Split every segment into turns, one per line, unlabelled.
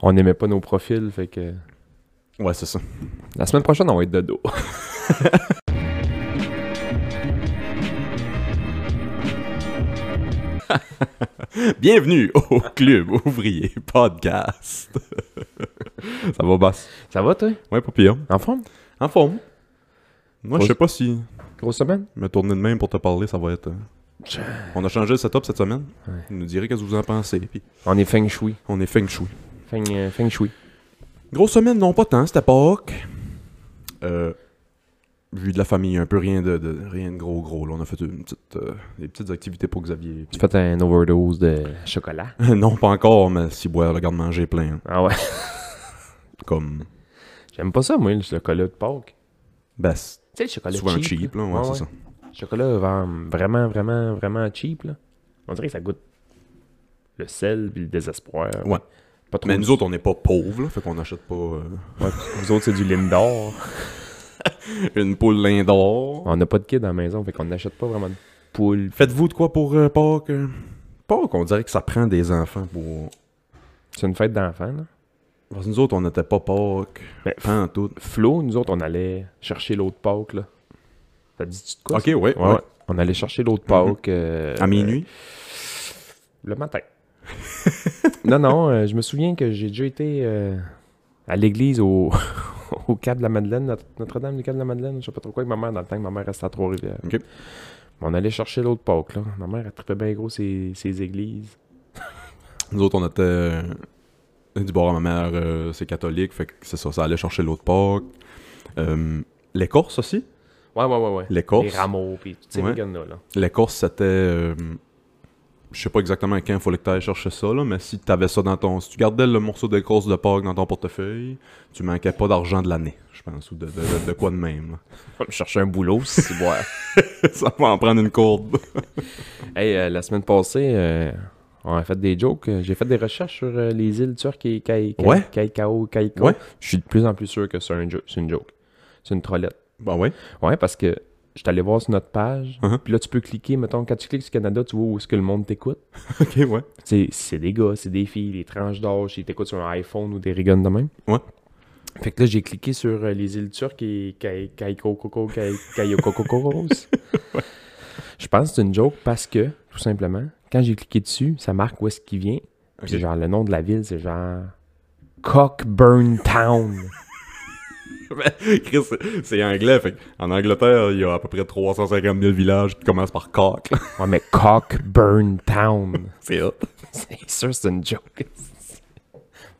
on n'aimait pas nos profils, fait que
Ouais, c'est ça.
la semaine prochaine, on va être de dos.
Bienvenue au Club Ouvrier Podcast. ça va, Bass?
Ça va, toi?
Ouais, pas pire.
En forme?
En forme. Moi, je sais pas si
Grosse semaine?
me tourner de même pour te parler, ça va être... euh,
Je-
On a changé le setup cette semaine.
Ouais.
Vous nous direz qu'est-ce que vous en pensez. Puis
On est feng shui.
on est feng shui.
Feng, euh, feng shui.
Grosse semaine, non pas tant, c'était Pâques. Euh, vu de la famille, un peu rien de, de- rien de gros gros. Là. On a fait une petite, euh, des petites activités pour Xavier.
Tu fais un overdose de chocolat?
non, pas encore, mais si boire le garde-manger plein.
Ah ouais.
Comme,
J'aime pas ça, moi, le chocolat de Pâques.
ben, c'est
Tu sais, le chocolat
souvent cheap,
cheap.
là, ouais, c'est ça.
Le chocolat euh, vraiment, vraiment, vraiment cheap, là. On dirait que ça goûte le sel puis le désespoir.
Ouais.
Pas trop
Mais nous
du-
autres, on n'est pas pauvres, là, fait qu'on n'achète pas euh,
Ouais, vous autres, c'est du Lindor.
une poule d'or.
On n'a pas de kid à la maison, fait qu'on n'achète pas vraiment de poule.
Faites-vous de quoi pour euh, Pâques? euh? Pâques, on dirait que ça prend des enfants pour...
C'est une fête d'enfants, là.
Parce que nous autres, on n'était pas Pâques,
Mais
pas en tout.
Flo, nous autres, on allait chercher l'autre Pâques, là. Ça te dit-tu de quoi?
Ok, ouais, ouais.
ça? Ouais, ouais. On allait chercher l'autre Pâques. euh,
À minuit?
Le matin. non, non, euh, je me souviens que j'ai déjà été euh, à l'église au, au Cap de la Madeleine, Notre- Notre-Dame du Cap de la Madeleine, je sais pas trop quoi, avec ma mère dans le temps que ma mère restait à Trois-Rivières.
Ok.
On allait chercher l'autre Pâques, là. Ma mère, elle trippait bien gros ses, ses églises.
Nous autres, on était euh, du bord à ma mère, euh, c'est catholique, fait que c'est ça, ça allait chercher l'autre Pâques. Euh, L'Écorce aussi?
Ouais, ouais, ouais, ouais. Les
L'Écorce?
rameaux, puis toutes ces
Ouais.
guns-là, là.
L'Écorce, c'était... euh, je sais pas exactement quand il fallait que t'ailles chercher ça, là, mais si t'avais ça dans ton... Si tu gardais le morceau d'Écorce de Pâques dans ton portefeuille, tu manquais pas d'argent de l'année, je pense, ou de, de- de- de quoi de même. là.
Faut me chercher un boulot, si boire.
ça va en prendre une courbe.
Hey, euh, la semaine passée, euh, on a fait des jokes. Euh, J'ai fait des recherches sur euh, les îles turques et Kai- Kai-
Ouais.
Kaikao, Kaiko.
Ouais.
Je suis de plus en plus sûr que c'est un jo- c'est une joke. C'est une trollette.
Ben ouais.
Ouais, parce que je suis allé voir sur notre page.
Uh-huh.
Puis là, tu peux cliquer. Mettons, quand tu cliques sur Canada, tu vois où est-ce que le monde t'écoute.
Ok, ouais.
C'est c'est des gars, c'est des filles, des tranches d'âge. Ils t'écoutent sur un iPhone ou des rigones de même.
Ouais.
Fait que là, j'ai cliqué sur euh, les îles turques et Kai- Kaiko, Koko, Kai- Kayokokokos. Je pense que c'est une joke parce que, tout simplement, quand j'ai cliqué dessus, ça marque où est-ce qu'il vient. Puis
Ok.
genre, le nom de la ville, c'est genre Cockburn Town.
Mais, Ben, Chris, c'est- c'est anglais, fait que en Angleterre, il y a à peu près 350 000 villages qui commencent par coq. là.
Ouais, mais Cockburn Town.
C'est hot.
C'est sûr, c'est une joke.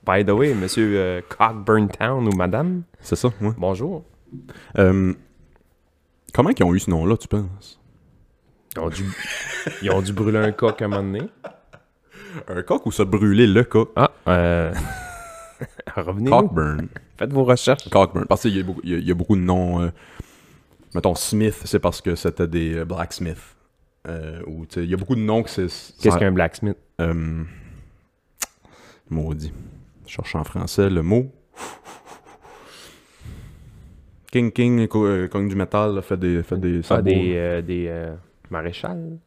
By the way, monsieur euh, Cockburn Town ou madame,
C'est ça, ouais.
bonjour.
Euh, comment ils ont eu ce nom-là, tu penses?
Ils ont dû, ils ont dû brûler un coq à un moment donné.
Un coq ou se brûler le coq?
Ah, euh... Revenez-nous.
Cockburn.
Faites vos recherches.
Cockburn. Parce qu'il y, a beaucoup- il y a- il y a beaucoup de noms. euh, mettons, Smith, c'est parce que c'était des euh, blacksmiths. Euh, ou, tu sais, il y a beaucoup de noms que c'est...
Qu'est-ce
ça-
qu'un blacksmith?
euh, maudit. Je cherche en français le mot. King King, co- euh, Kong du métal, là, fait des, fait des
Ah,
sabots.
des, euh, des euh, maréchals?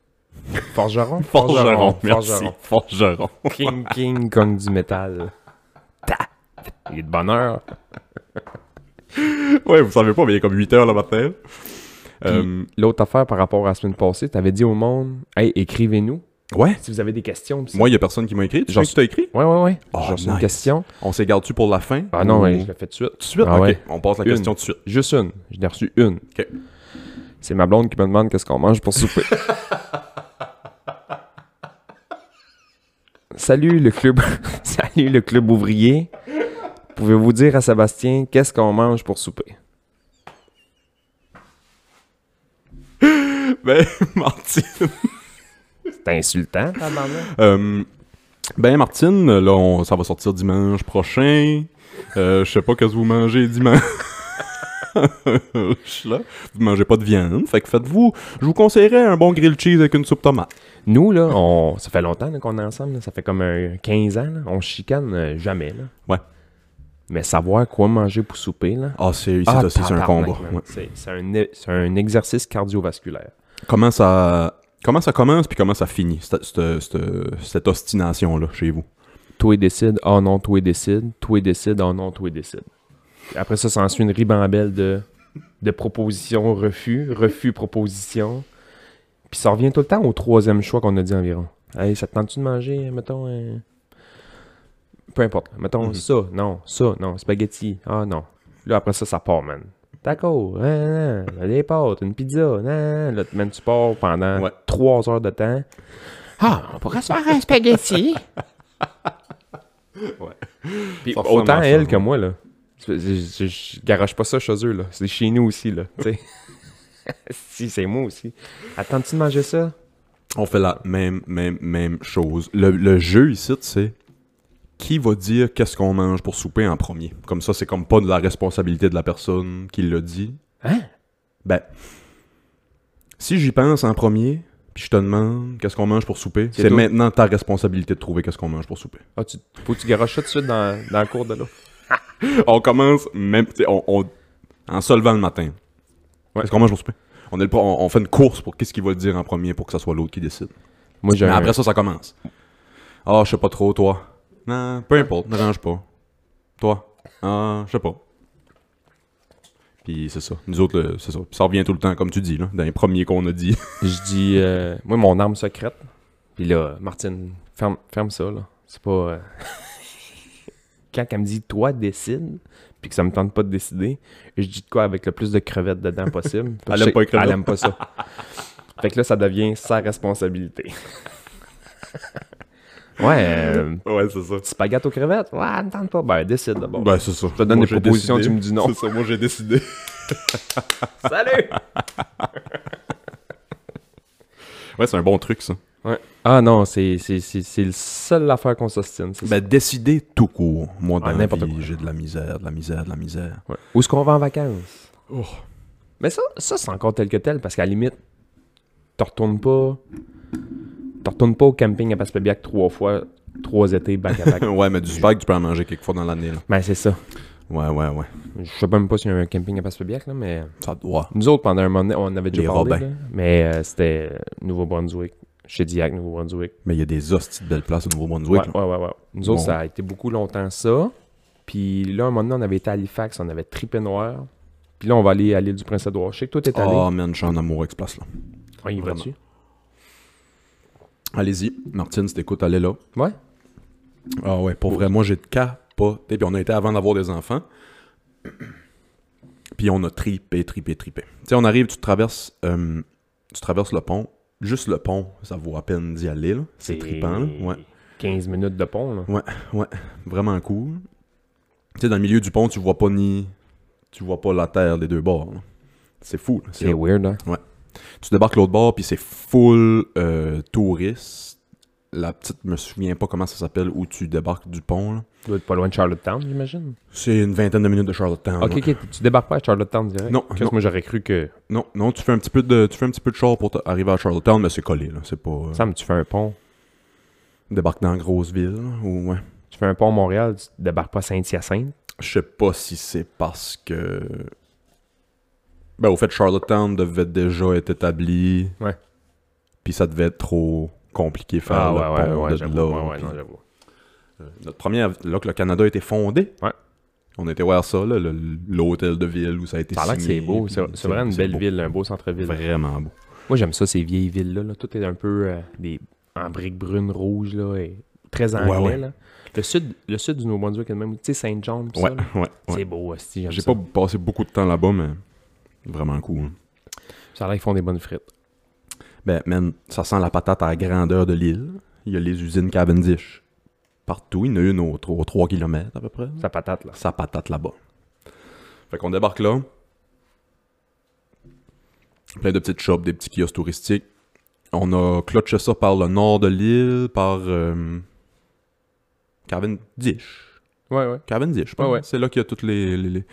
Forgeron?
Forgeron, merci.
Forgeron.
Forgeron.
King King Kong du métal. Ta! Il est de bonne heure.
ouais, vous savez pas, mais il est comme 8 heures le matin. Euh,
L'autre affaire par rapport à la semaine passée, t'avais dit au monde, hey, écrivez-nous
ouais.
si vous avez des questions. pis ça.
Moi, il y a personne qui m'a écrit. Tu
Genre-
sais que tu t'as écrit?
Ouais, ouais, ouais.
Oh,
J'ai reçu une
nice.
question.
On s'est gardé pour la fin?
Ah non,
Ou-
ouais, je
Tout
l'ai fait tout de suite.
de suite?
Ah
ok,
ouais.
on passe la
Une.
question tout de suite.
Juste une. Je l'ai reçu une.
Ok.
C'est ma blonde qui me demande qu'est-ce qu'on mange pour souper. Salut le club. Salut le club ouvrier. Pouvez-vous dire à Sébastien qu'est-ce qu'on mange pour souper?
Ben, Martine.
C'est insultant.
Euh, ben, Martine, là, on- ça va sortir dimanche prochain. Euh, je sais pas qu'est-ce que vous mangez dimanche. là. Vous mangez pas de viande. Fait que faites-vous. Je vous conseillerais un bon grilled cheese avec une soupe tomate.
Nous, là, on... ça fait longtemps là, qu'on est ensemble. là. Ça fait comme un 15 ans. là. On se chicane euh, jamais. là.
Ouais.
Mais savoir quoi manger pour souper, là.
Ah, c'est
Ah,
c'est- c'est un
tabarnak,
combat.
man.
ouais.
C'est c'est un, é- c'est un exercice cardiovasculaire.
Comment ça. Comment ça commence puis comment ça finit, cette, cette- cette- cette obstination-là, chez vous?
toi décide, ah non, toi décide, toi décide, ah non, toi décide. Après ça, ça en suit une ribambelle de, de propositions, refus, refus, propositions. Puis ça revient tout le temps au troisième choix qu'on a dit environ. Hey, ça te tente-tu de manger, mettons, un- peu importe, mettons
Mhm.
ça, non, ça, non, spaghetti, ah non. Là, après ça, ça part, man. D'accord, hein, hein, des pâtes, une pizza, nan, nan. là, man, tu pars pendant
Ouais.
trois heures de temps. Ah, on pourrait se faire un spaghetti.
Ouais.
Puis
Ça ressemble
autant
à ça,
elle
ouais.
que moi, là. Je, je- je- je garoche pas ça chez eux, là. C'est chez nous aussi, là. tu sais. si, c'est moi aussi. Attends-tu de manger ça?
On fait la même, même, même chose. Le, le jeu ici, c'est qui va dire qu'est-ce qu'on mange pour souper en premier. Comme ça, c'est comme pas de la responsabilité de la personne qui l'a dit.
Hein?
Ben, si j'y pense en premier, puis je te demande qu'est-ce qu'on mange pour souper,
C'est
c'est
toi.
maintenant ta responsabilité de trouver qu'est-ce qu'on mange pour souper.
Ah, tu, faut que tu garoches ça tout de suite dans, dans la cour de l'eau.
on commence même, t'sais, on, on- en se levant le matin. Qu'est-ce qu'on mange pour souper? On, est le pro- on, on fait une course pour qu'est-ce qu'il va le dire en premier pour que ça soit l'autre qui décide.
Moi, j'ai
Mais
un-
après ça, ça commence. Ah, je sais pas trop, toi. Non, peu importe, ne range pas. Toi. Ah, je sais pas. Puis c'est ça. Nous autres, là, c'est ça. Puis ça revient tout le temps, comme tu dis, là, dans les premiers qu'on a dit.
Je dis, euh, moi, mon arme secrète. Puis là, Martine, ferme, ferme ça, là. C'est pas. euh, Quand elle me dit, toi, décide, puis que ça me tente pas de décider, je dis de quoi avec le plus de crevettes dedans possible. Parce que
Elle
je
aime
sais-
pas les crevettes.
Elle aime pas ça. fait que là, ça devient sa responsabilité. ouais, euh,
ouais, c'est ça.
petit spaghette aux crevettes. Ouais, elle me tente pas. Ben, décide d'abord.
Ben, c'est ça.
Je te donne
Moi,
des
j'ai
propositions,
décidé.
tu me dis non.
C'est ça, moi j'ai décidé.
Salut!
Ouais, c'est un bon truc, ça.
Ouais. Ah non, c'est c'est- c'est- c'est le seul affaire qu'on s'ostine. c'est ça.
Ben, décider tout court. Moi,
Ah,
dans
n'importe
n'importe vie,
quoi.
j'ai de la misère, de la misère, de la misère.
Ouais. Oh. Où est-ce qu'on va en vacances? Mais ça, ça c'est encore tel que tel, parce qu'à la limite, t'en retournes pas. T'en retournes pas au camping à Passepébiac trois fois, trois étés back à back.
ouais, mais du spag, tu peux en manger quelques fois dans l'année, là.
ben c'est ça.
Ouais, ouais, ouais.
Je sais même pas s'il y a un camping à Passepébiac, là, mais.
Ça doit.
Nous autres, pendant un moment donné, on avait déjà
Les
parlé,
Robins.
là, mais euh, c'était euh, Nouveau-Brunswick, chez Diac, Nouveau-Brunswick.
Mais il y a des hosties de belles places au Nouveau-Brunswick.
Ouais, ouais, ouais, ouais. Nous autres,
Bon.
ça a été beaucoup longtemps ça. Puis là, un moment donné, on avait été à Halifax, on avait tripé noir. Puis là, on va aller à l'île du Prince-Édouard. Je sais que toi, t'es allé.
Oh man, je suis en amour avec ce place-là.
on y va-tu?
Allez-y, Martine, si t'écoutes, allez là.
Ouais?
Ah ouais, pour vrai, moi j'ai capoté. Puis on a été avant d'avoir des enfants. Puis on a tripé, tripé, tripé. Tu sais, on arrive, tu traverses, euh, tu traverses le pont. Juste le pont, ça vaut à peine d'y aller. là. C'est trippant. là. Ouais.
15 minutes de pont, là.
Ouais, ouais, vraiment cool. Tu sais, dans le milieu du pont, tu vois pas ni. Tu vois pas la terre des deux bords. là. C'est fou. là.
C'est
C'est
weird, hein?
tu débarques l'autre bord, puis c'est full euh, touriste. La petite, je me souviens pas comment ça s'appelle, où tu débarques du pont. là.
Tu dois être pas loin de Charlottetown, j'imagine.
C'est une vingtaine de minutes de Charlottetown.
ok,
ouais.
ok, tu débarques pas à Charlottetown direct.
Non,
Qu'est-ce que
non.
moi j'aurais cru que
Non, non, tu fais un petit peu de, tu fais un petit peu de char pour t- arriver à Charlottetown, mais c'est collé. Là. C'est pas. euh,
Sam, tu fais un pont.
débarque dans grosse ville. là, Ou, ouais.
Tu fais un pont à Montréal, tu débarques pas à Saint-Hyacinthe.
Je sais pas si c'est parce que. Ben, au fait, Charlottetown devait déjà être établi.
Ouais.
Puis ça devait être trop compliqué faire le pont de
j'avoue.
là,
Ah, Ouais, ouais,
puis-
non, j'avoue.
Euh, Notre première, là que le Canada a été fondé.
Ouais.
On était voir ça, là, le- l'hôtel de ville où ça a été
Ça a l'air que
signé,
c'est beau.
puis
C'est c'est vraiment une
c'est
belle
beau.
ville, un beau centre-ville.
Vraiment beau.
Moi, j'aime ça, ces vieilles villes-là. là. Tout est un peu euh, des... en briques brunes, rouges, là, et très anglais.
Ouais, ouais.
Là. Le, sud, le sud du Nouveau-Brunswick, même, tu sais, Saint-John, pis
Ouais,
ça, là.
ouais, ouais.
c'est beau aussi, j'aime
J'ai
ça.
pas passé beaucoup de temps là-bas, mais vraiment cool.
Ça a l'air qu'ils font des bonnes frites.
Ben, man, ça sent la patate à la grandeur de l'île. Il y a les usines Cavendish. Partout, il y en a une aux 3, km à peu près.
Sa patate, là.
Sa patate là-bas. Fait qu'on débarque là. Plein de petites shops, des petits kiosques touristiques. On a clutché ça par le nord de l'île, par euh, Cavendish.
Ouais, ouais.
Cavendish, je pense.
Ouais, ouais.
C'est là qu'il y a toutes les... les- les-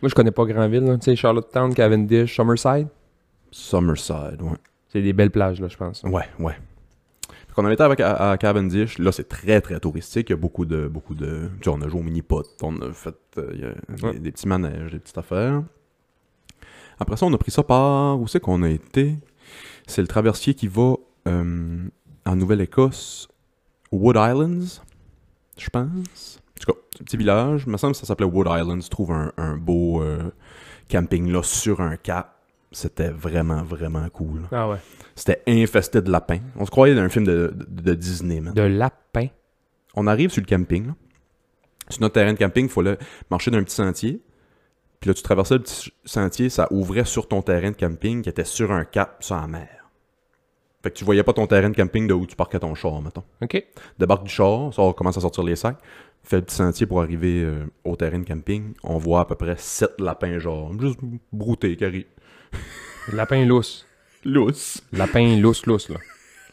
Moi, je connais pas Grandville, là. Tu sais, Charlottetown, Cavendish, Summerside.
Summerside, ouais.
C'est des belles plages, là, je pense.
Ouais, ouais. Fait qu'on avait été avec, à, à Cavendish. Là, c'est très, très touristique. Il y a beaucoup de. Beaucoup de tu sais, on a joué au mini-pot. On a fait euh, il y a des-
Ouais.
des, petits manèges, des petites affaires. Après ça, on a pris ça par. Où c'est qu'on a été C'est le traversier qui va euh, en Nouvelle-Écosse, Wood Islands. je pense. En tout cas, c'est un petit village. Il me semble que ça s'appelait Wood Island. Tu trouves un, un beau euh, camping là sur un cap. C'était vraiment, vraiment cool. là.
Ah ouais.
C'était infesté de lapins. On se croyait dans un film de, de- de Disney, man.
De lapin.
On arrive sur le camping. là. Sur notre terrain de camping, il fallait marcher d'un petit sentier. Puis là, tu traversais le petit sentier, ça ouvrait sur ton terrain de camping qui était sur un cap sur la mer. Fait que tu voyais pas ton terrain de camping de où tu parquais ton char, mettons.
OK.
Débarque du char, sort- commence à sortir les sacs, fait le petit sentier pour arriver euh, au terrain de camping. On voit à peu près sept lapins, genre, juste broutés, carrés.
Lapin lousse.
Lousse,
Lapin lousse lousse, là.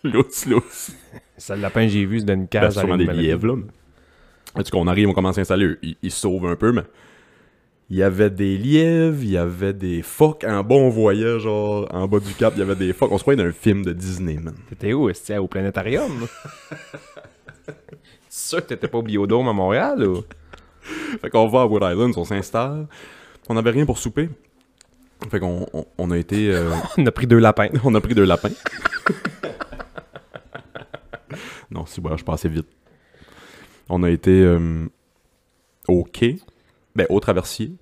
lousse, lousse.
C'est le lapin que j'ai vu, c'est dans une
Ben,
cage.
c'est sûrement des lièvres, là. mais- En tout cas, on arrive, on commence à installer. eux, Ils, ils se sauvent un peu, mais. Il y avait des lièvres, il y avait des phoques. En bas, on voyait, genre, en bas du cap, il y avait des phoques. On se croyait dans un film de Disney, man.
T'étais où, est au planétarium? là? C'est sûr que t'étais pas au biodôme à Montréal, ou?
Fait qu'on va à Wood Islands, on s'installe. On n'avait rien pour souper. Fait qu'on on, on a été. euh,
On a pris deux lapins.
On a pris deux lapins. non, si, ouais, je passais vite. On a été euh, au quai, ben, au traversier.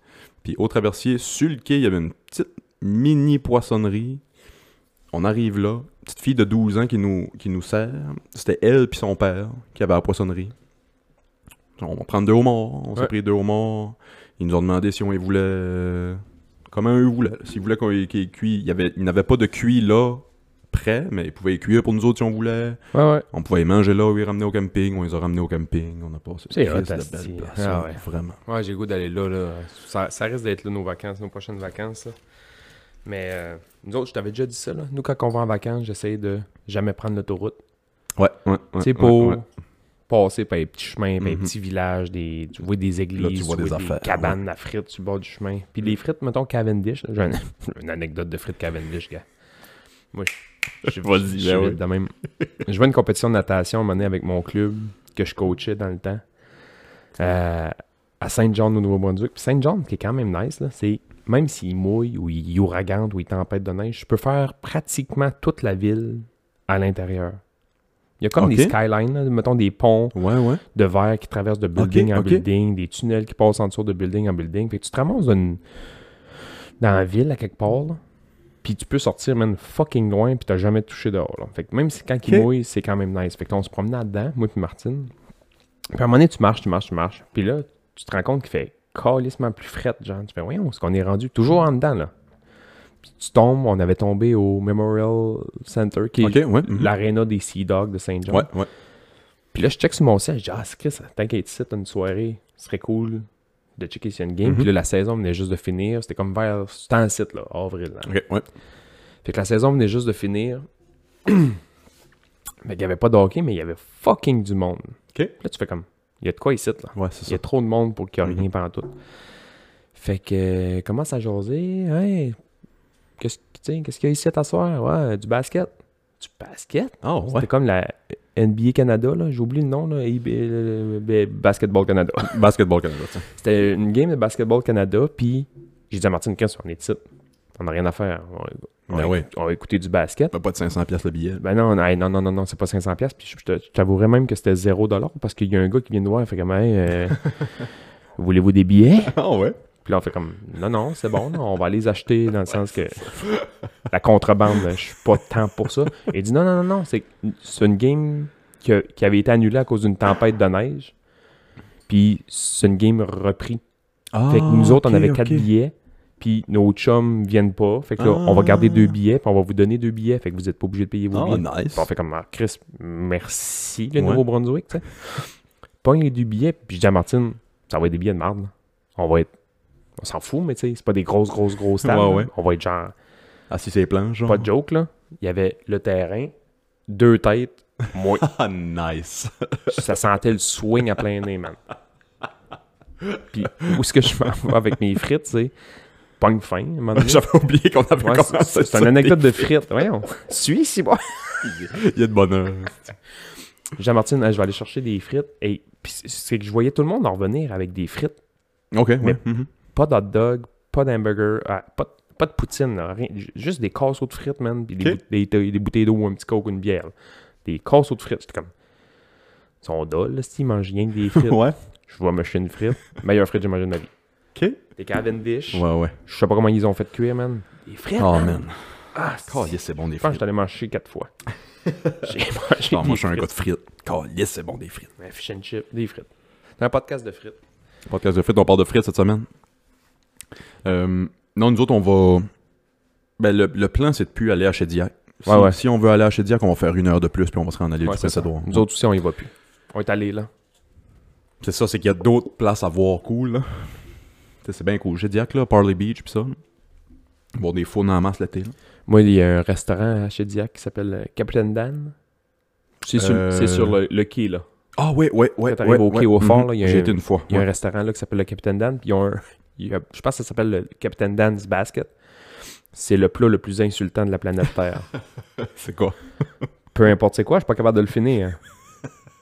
Puis au traversier, sur le quai, il y avait une petite mini poissonnerie. On arrive là, petite fille de 12 ans qui nous, qui nous sert. C'était elle puis son père qui avait la poissonnerie. On va prendre deux homards. On s'est
Ouais.
pris deux homards. Ils nous ont demandé si on les voulait. euh, comment eux voulaient. S'ils voulaient qu'on les qu'ils les cuit. Il y avait- Ils n'avaient pas de cuit là, prêt, mais ils pouvaient les cuire pour nous autres si on voulait.
Ouais, ouais.
On pouvait les manger là, on les ramener au camping, on les a ramenés au camping. On a passé
C'est
Christ
hot,
de
asti.
belles places.
Ah
ouais,
ouais.
Vraiment.
Ouais, j'ai le goût d'aller là, là. Ça, ça risque d'être là nos vacances, nos prochaines vacances, là. Mais euh, nous autres, je t'avais déjà dit ça, là. Nous, quand on va en vacances, j'essaie de jamais prendre l'autoroute.
Ouais, ouais. ouais,
Tu sais,
ouais,
pour
ouais.
passer par les petits chemins, par les
Mhm.
petits villages, des, tu vois des églises,
Là, tu vois des affaires,
cabanes à frites sur le bord du chemin. Puis les frites, mettons Cavendish. là, J'ai un- une anecdote de frites Cavendish, gars. Moi, je- je
Vas-y,
je- je
ben
suis
oui.
vite de même. Je vois une compétition de natation à un moment donné avec mon club que je coachais dans le temps euh, à Saint-John au Nouveau-Brunswick. Puis Saint-John, qui est quand même nice, là, c'est même s'il mouille ou il ouragante ou il tempête de neige, je peux faire pratiquement toute la ville à l'intérieur. Il y a comme des
Ok.
skylines, là, mettons des ponts
Ouais, ouais.
de verre qui traversent de building en
ok.
building, des tunnels qui passent en dessous de building en building. Fait que tu te ramasses dans, une- dans la ville à quelque part, là, puis tu peux sortir même fucking loin, puis t'as jamais touché dehors. là. Fait que même si quand il
Ok.
mouille, c'est quand même nice. Fait qu'on se promenait là-dedans, moi puis Martine. Puis à un moment donné, tu marches, tu marches, tu marches. Puis là, tu te rends compte qu'il fait calissement plus fret, genre. Tu fais, voyons, ce qu'on est rendu toujours en dedans, là. Puis tu tombes, on avait tombé au Memorial Center, qui
Ok,
est
ouais. mhm.
l'aréna des Sea Dogs de Saint-Jean.
Ouais, ouais.
Puis là, je check sur mon site, je dis, ah, c'est Chris, t'inquiète, ici, t'as une soirée, ce serait cool de checker s'il y a une game.
Mhm.
Puis là, la saison venait juste de finir, c'était comme vers, c'était en site, là, avril. hein.
Ok, ouais.
Fait que la saison venait juste de finir. fait qu'il y avait pas de hockey, mais il y avait fucking du monde.
Ok.
Là, tu fais comme, il y a de quoi ici, là.
Ouais, c'est
Il y
ça. Mhm.
a trop de monde pour qu'il n'y ait rien pendant tout. Fait que euh, commence à jaser. Hey, qu'est-ce que- tu sais, qu'est-ce qu'il y a ici à t'asseoir? Ouais, du basket. Du basket?
Ah,
C'était comme la NBA Canada, là. J'oublie le nom, là. IB, euh, B- Basketball Canada.
Basketball Canada, tiens.
C'était une game de Basketball Canada, puis j'ai dit à Martine, qu'est-ce qu'on est de titre? On n'a rien à faire. On,
Ben
on-
oui.
on va écouter du basket.
T'as pas de 500$ piastres le billet.
Ben non, hey, non, non, non, non, c'est pas 500$. piastres. Puis je- je te- je t'avouerais même que c'était 0$ parce qu'il y a un gars qui vient nous voir, il fait comme, Hey, euh, voulez-vous des billets?
Ah, ouais.
Puis là, on fait comme, non, non, c'est bon, non, on va les acheter dans le sens que la contrebande, je suis pas temps pour ça. Il dit, non, non, non, non, c'est c'est une game que- qui avait été annulée à cause d'une tempête de neige. Puis c'est une game reprise.
Ah,
Fait que nous autres, on avait quatre billets. Puis nos chums viennent pas. Fait que là, on va garder deux billets, puis on va vous donner deux billets. Fait que vous êtes pas obligé de payer vos
Ah,
billets.
nice.
Puis on fait comme Ah, Chris, merci le
Ouais.
Nouveau-Brunswick, tu sais. Pogne les deux billets, puis je dis à Martine, ça va être des billets de merde. là. On va être. On s'en fout, mais tu sais, c'est pas des grosses, grosses, grosses tables.
Ouais, ouais.
là. On va être genre.
Ah, si c'est plein, genre.
Pas de joke, là. Il y avait le terrain, deux têtes, moi.
Ah, nice.
ça sentait le swing à plein nez, man. Puis où est-ce que je m'en vais avec mes frites, c'est. Pogne faim, à un moment donné.
J'avais oublié qu'on avait
Ouais, c'est-
commencé
c'est c'est
ça.
une anecdote de frites. Voyons. Suis si bon.
Il y a de bonheur.
J'ai Martine, Hey, je vais aller chercher des frites. Et puis c'est- c'est que je voyais tout le monde en revenir avec des frites.
Ok, ouais.
Mais-
mhm.
Pas d'hot dog, pas d'hamburger, euh, pas, de- pas de poutine, là, rien. Ju- juste des casseaux de frites, man. Puis des,
Ok.
bout- des- des bouteilles d'eau, un petit coke, une bière. là. Des casseaux de frites. J'étais comme. Ils sont dol, là, s'ils mangent rien que des frites.
ouais.
Je vais me chier une frite. Meilleure frite que j'ai mangée de ma vie.
Ok.
Des Cavendish.
Ouais, ouais.
Je sais pas comment ils ont fait cuire, man. Des frites.
Oh, man.
Ah, c'est-
Calisse, c'est bon des
Je pense que je
frites.
suis allé manger quatre fois. J'ai mangé
Genre, moi,
des
je suis un gars de
frites.
frites. Calisse, c'est bon des frites.
Un fish and chip, des frites. Dans un podcast de frites.
Podcast de frites, on parle de frites cette semaine. Euh, non, nous autres, on va. Ben, le, le plan, c'est de plus aller à Chédiac. Si,
Ouais, ouais.
si on veut aller à Chédiac, on va faire une heure de plus, puis on va se rendre à l'île
Ouais,
du
c'est ça.
Prince-Édouard.
Nous autres aussi, on y va plus. On est allés là.
C'est ça, c'est qu'il y a d'autres places à voir cool. là. Tu sais, C'est bien cool. Gédiac, là, Parley Beach, puis ça. Bon, des faux en masse l'été. là.
Moi, il y a un restaurant à Shediac qui s'appelle euh, Capitaine Dan. C'est sur,
Euh,
c'est sur le, le quai, là.
Ah, ouais, ouais, ouais.
Quand t'arrives
ouais,
au quai,
ouais.
au fort,
Mhm.
là, il y a
J'ai
un-
été une fois.
Il y a
ouais.
un restaurant là qui s'appelle le Capitaine Dan. Puis ils ont un. il y a- je pense que ça s'appelle le Capitaine Dan's Basket. C'est le plat le plus insultant de la planète Terre.
C'est quoi
Peu importe c'est quoi, je suis pas capable de le finir.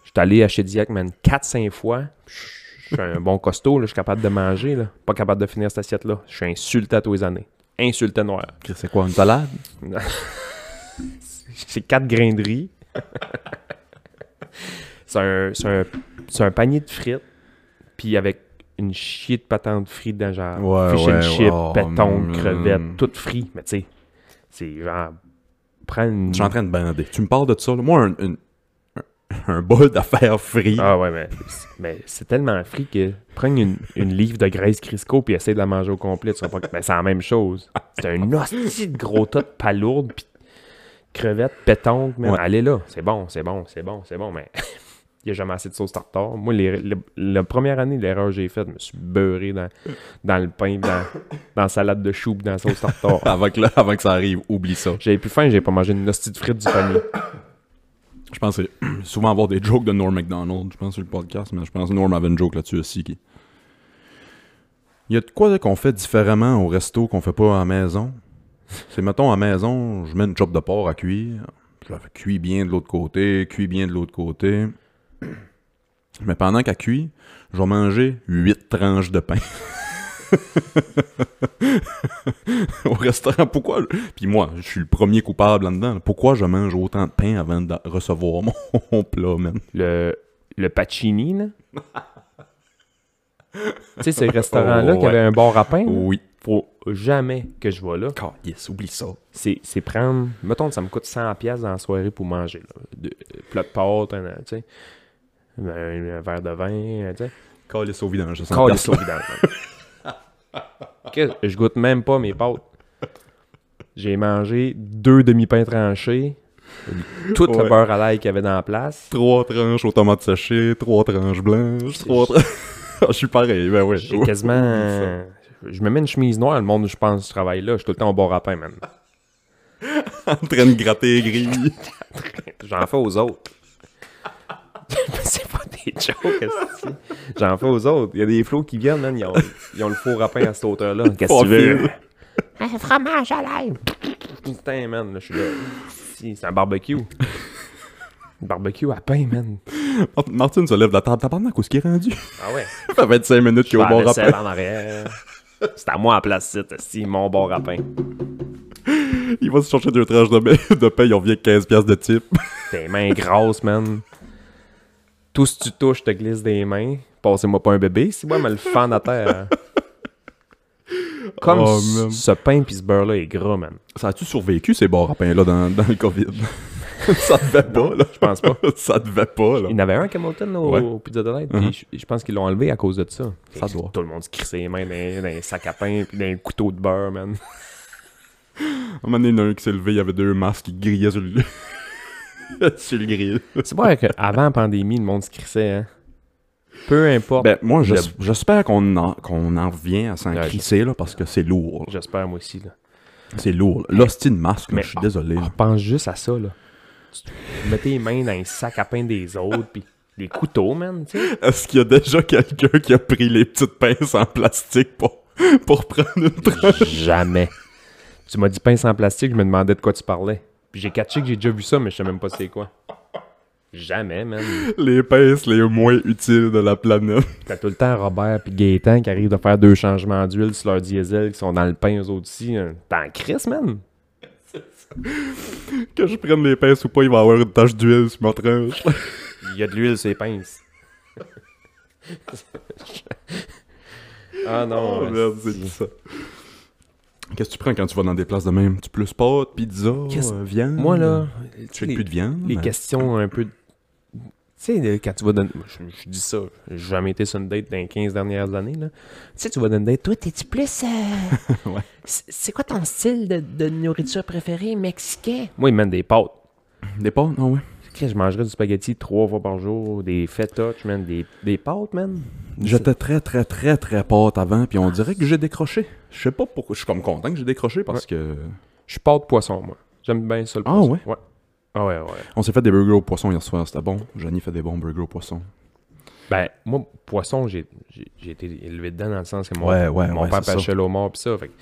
Je suis allé à Shediac, man, 4-5 fois. Je suis un bon costaud, là, je suis capable de manger. Là. Pas capable de finir cette assiette-là. Je suis insulté à tous les années. Insulté noir.
C'est quoi, une salade
C'est quatre grains de riz. c'est un, c'est un- c'est un panier de frites. Puis avec une chier de patente frites dans genre
Ouais,
fish
ouais,
and chip,
oh,
péton,
mm.
crevettes, tout frit. Mais tu sais, c'est genre. Prends une.
Je suis en train de bander. Tu me parles de ça, là. Moi, un, un, un- un bol d'affaires frit.
Ah ouais, mais, mais c'est tellement frit que. Prends une, une livre de graisse Crisco puis essaie de la manger au complet. Tu seras pas. Ben, c'est la même chose. C'est un hostie de gros tas de palourdes puis crevettes, pétanque, même.
Ouais.
Allez là, c'est bon, c'est bon, c'est bon, c'est bon, mais il n'y a jamais assez de sauce tartare. Moi, les- le- la première année, l'erreur que j'ai faite, je me suis beurré dans, dans le pain, puis dans, dans la salade de choux, puis dans la sauce tartare.
Avant, que, là, avant que ça arrive, oublie ça.
J'avais plus faim, j'ai pas mangé une hostie de frites du panier.
Je pense que c'est souvent avoir des jokes de Norm MacDonald, je pense, sur le podcast, mais je pense que Norm avait une joke là-dessus aussi. qui- Il y a de quoi là, qu'on fait différemment au resto qu'on fait pas à la maison? C'est, mettons, à la maison, je mets une chope de porc à cuire, je la cuis bien de l'autre côté, cuis bien de l'autre côté. Mais pendant qu'elle cuit, je vais manger 8 tranches de pain. au restaurant, pourquoi? Puis moi, je suis le premier coupable là-dedans. là. Pourquoi je mange autant de pain avant de recevoir mon plat, man?
le, le Pacini, là. tu sais, ce restaurant-là
Oh,
qui avait
ouais.
un bar à pain, là,
Oui.
faut jamais que je vois là.
yes, oublie ça.
C'est c'est prendre, mettons, ça me coûte 100$ piastres dans la soirée pour manger, là. De, plat de pâtes, un, tu sais, un, un verre de vin, euh, tu sais.
Calisse au vidange, ça
Calisse au vidange, man. Que- Je goûte même pas mes pâtes. J'ai mangé deux demi-pains tranchés, tout le
Ouais.
beurre à l'ail qu'il y avait dans la place.
Trois tranches aux tomates séchées, trois tranches blanches, trois tranches... je suis pareil, ben ouais.
J'ai quasiment. euh, Je me mets une chemise noire, le monde, je pense, je travaille là. Je suis tout le temps au bord à pain, man.
en train de gratter les grilles.
J'en fais aux autres. C'est pas des jokes, esti. J'en fais aux autres. Il y a des flots qui viennent, man. Ils ont, ils ont le four à pain à cette hauteur-là. Qu'est-ce que tu veux?
Profil.
Un fromage à l'ail. Putain, man, là, je suis là. Si, C'est un barbecue. Un barbecue à pain, man.
Martine se lève de la table. Tabarnak, où est-ce qu'il est rendu?
Ah ouais.
Ça fait 25 minutes qu'il est au
Faire la
bord à
vaisselle
pain.
en arrière. C'est à moi à place, si mon bord à pain.
Il va se chercher deux tranches de, pain- de pain, il revient avec 15 piastres de type.
Tes mains grosses, man. Tout ce que tu touches te glisse des mains. Passez-moi pas un bébé, si moi me le fend à terre. Comme
Oh,
ce-
man.
ce pain pis ce beurre-là est gras, man.
Ça a-tu survécu, ces bords à pain-là, dans, dans le COVID? ça devait pas, là.
Je pense pas.
Ça devait pas, là.
Il y en avait un à Hamilton là, au,
Ouais.
au Pizza Delight, puis je- je pense qu'ils l'ont enlevé à cause de Mhm. ça.
Ça doit.
Tout le monde se crissait les mains dans, dans les sacs à pain pis dans les couteaux de beurre, man.
À un moment donné, il y en a un qui s'est levé, il y avait deux masques qui grillaient sur le, sur le grill.
C'est vrai qu'avant la pandémie, le monde se crissait, hein. Peu importe.
Ben, moi, j'es- j'espère qu'on en, qu'on en revient à s'en
Ouais,
crisser, là, parce que c'est lourd. là.
J'espère, moi aussi, là.
C'est lourd. là. L'hostie de masque, là,
Mais-
je suis désolé. là.
On pense juste à ça, là. Tu te- Mets tes mains dans les sacs à pain des autres, puis les couteaux, man, tu sais.
Est-ce qu'il y a déjà quelqu'un qui a pris les petites pinces en plastique pour, pour prendre une tranche?
Jamais. Tu m'as dit pince en plastique, je me demandais de quoi tu parlais. Puis j'ai catché que j'ai déjà vu ça, mais je sais même pas c'est quoi. Jamais, man.
Les pinces les moins utiles de la planète.
T'as tout le temps Robert puis Gaétan qui arrivent de faire deux changements d'huile sur leur diesel qui sont dans le pain, eux autres aussi. hein. T'es en crise, man.
Que je prenne les pinces ou pas, il va y avoir une tache d'huile sur ma tranche.
il y a de l'huile, c'est pince. ah non.
Oh, merde, c'est
esti.
tout ça. Qu'est-ce que tu prends quand tu vas dans des places de même? Tu plus pâtes, pizza,
Qu'est-ce-
euh, viande?
Moi, là,
Tu fais
les-
plus de viande? Ben.
les
mais-
questions un peu. de- Tu sais, le- quand tu vas dans. Je, je dis ça, j'ai jamais été sur une date dans les 15 dernières années. là. Tu sais, tu vas dans une date. Toi, t'es-tu plus. euh,
Ouais.
c- C'est quoi ton style de, de nourriture préférée mexicain? Moi, ils mènent des pâtes.
Des pâtes,
ah
non, ouais.
Chris, Je mangerais du spaghetti trois fois par jour, des feta, tu mènes des, des pâtes, man.
J'étais très, très, très, très pâte avant, puis on dirait que j'ai décroché. Je sais pas pourquoi. Je suis comme content que j'ai décroché parce que.
Je suis pâte poisson, moi. J'aime bien ça le
Ah,
poisson.
ouais?
Ouais. Ah ouais, ouais.
On s'est fait des burgers au poisson hier soir, c'était bon. Johnny fait des bons burgers au poisson.
Ben, moi, poisson, j'ai j'ai- j'ai été élevé dedans dans le sens que mon,
Ouais, ouais,
mon
ouais,
père
c'est ça.
pêchait le homard pis ça. Fait que, tu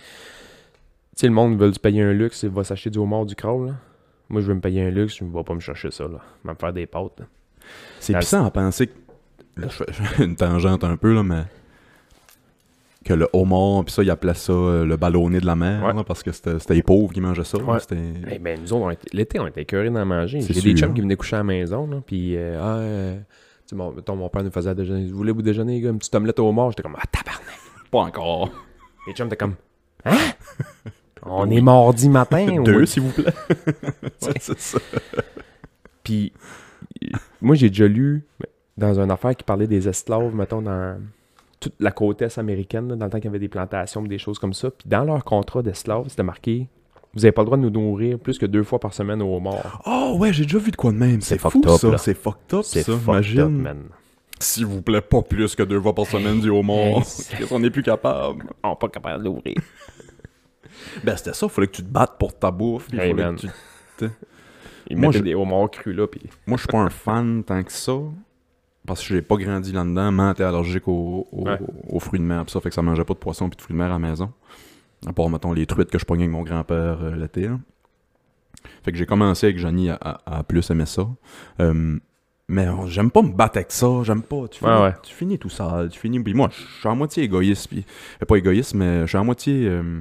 sais, le monde veut se payer un luxe, il va s'acheter du homard, du crawl. là. Moi, je veux me payer un luxe, je ne vais pas me chercher ça, là. Je vais me faire des pâtes. là.
C'est
Ah,
puissant à penser que. Là, je fais- je fais une tangente un peu, là, mais. Que le homard, puis ça, ils appelaient ça euh, le ballonné de la mer,
Ouais.
là, parce que c'était c'était les pauvres qui mangeaient ça. là,
Ouais.
c'était-
Eh ben, nous autres, on était- l'été, on était écœurés d'en manger.
C'est
J'ai des
sûr,
chums
hein.
qui venaient coucher à la maison, là, puis euh, ah, euh, tu sais, mon, mettons, mon père nous faisait à déjeuner. Vous voulez vous déjeuner, les gars, une petite omelette au homard? J'étais comme, ah, tabarnak!
Pas encore.
Les chums étaient comme, hein? On est mardi matin,
Deux,
ouais.
s'il vous plaît. Ouais, c'est ça.
Puis, moi, j'ai déjà lu dans une affaire qui parlait des esclaves, mettons, dans toute la côte est américaine, là, dans le temps qu'il y avait des plantations, des choses comme ça. Puis, dans leur contrat d'esclave, c'était marqué Vous n'avez pas le droit de nous nourrir plus que deux fois par semaine au homard.
Oh, ouais, j'ai déjà vu de quoi de même. C'est
C'est
fou,
fucked up,
ça.
là.
C'est fucked up,
C'est
ça.
fucked up,
Imagine.
man.
S'il vous plaît, pas plus que deux fois par semaine du homard.
Hey, c'est-
Qu'est-ce qu'on n'est plus capable?
On n'est Ah, pas capable de nourrir.
Ben, c'était ça. Fallait que tu te battes pour ta bouffe. puis
Hey,
fallait
man.
que tu-
Ils
Moi,
mettaient
je-
des homards crus, là. Puis,
Moi, je suis pas un fan tant que ça. Parce que j'ai pas grandi là-dedans. Maman était allergique aux, aux-
Ouais.
aux fruits de mer. Pis ça fait que ça mangeait pas de poisson puis de fruits de mer à la maison. À part, mettons, les truites que je pognais avec mon grand-père euh, l'été. hein. Fait que j'ai commencé avec Johnny à, à- à plus aimer ça. Euh, mais on- j'aime pas me battre avec ça. J'aime pas. Tu finis,
Ouais, ouais.
tu finis tout sale. Tu finis. Puis moi, je suis à moitié égoïste. Puis, euh, pas égoïste, mais je suis à moitié. euh,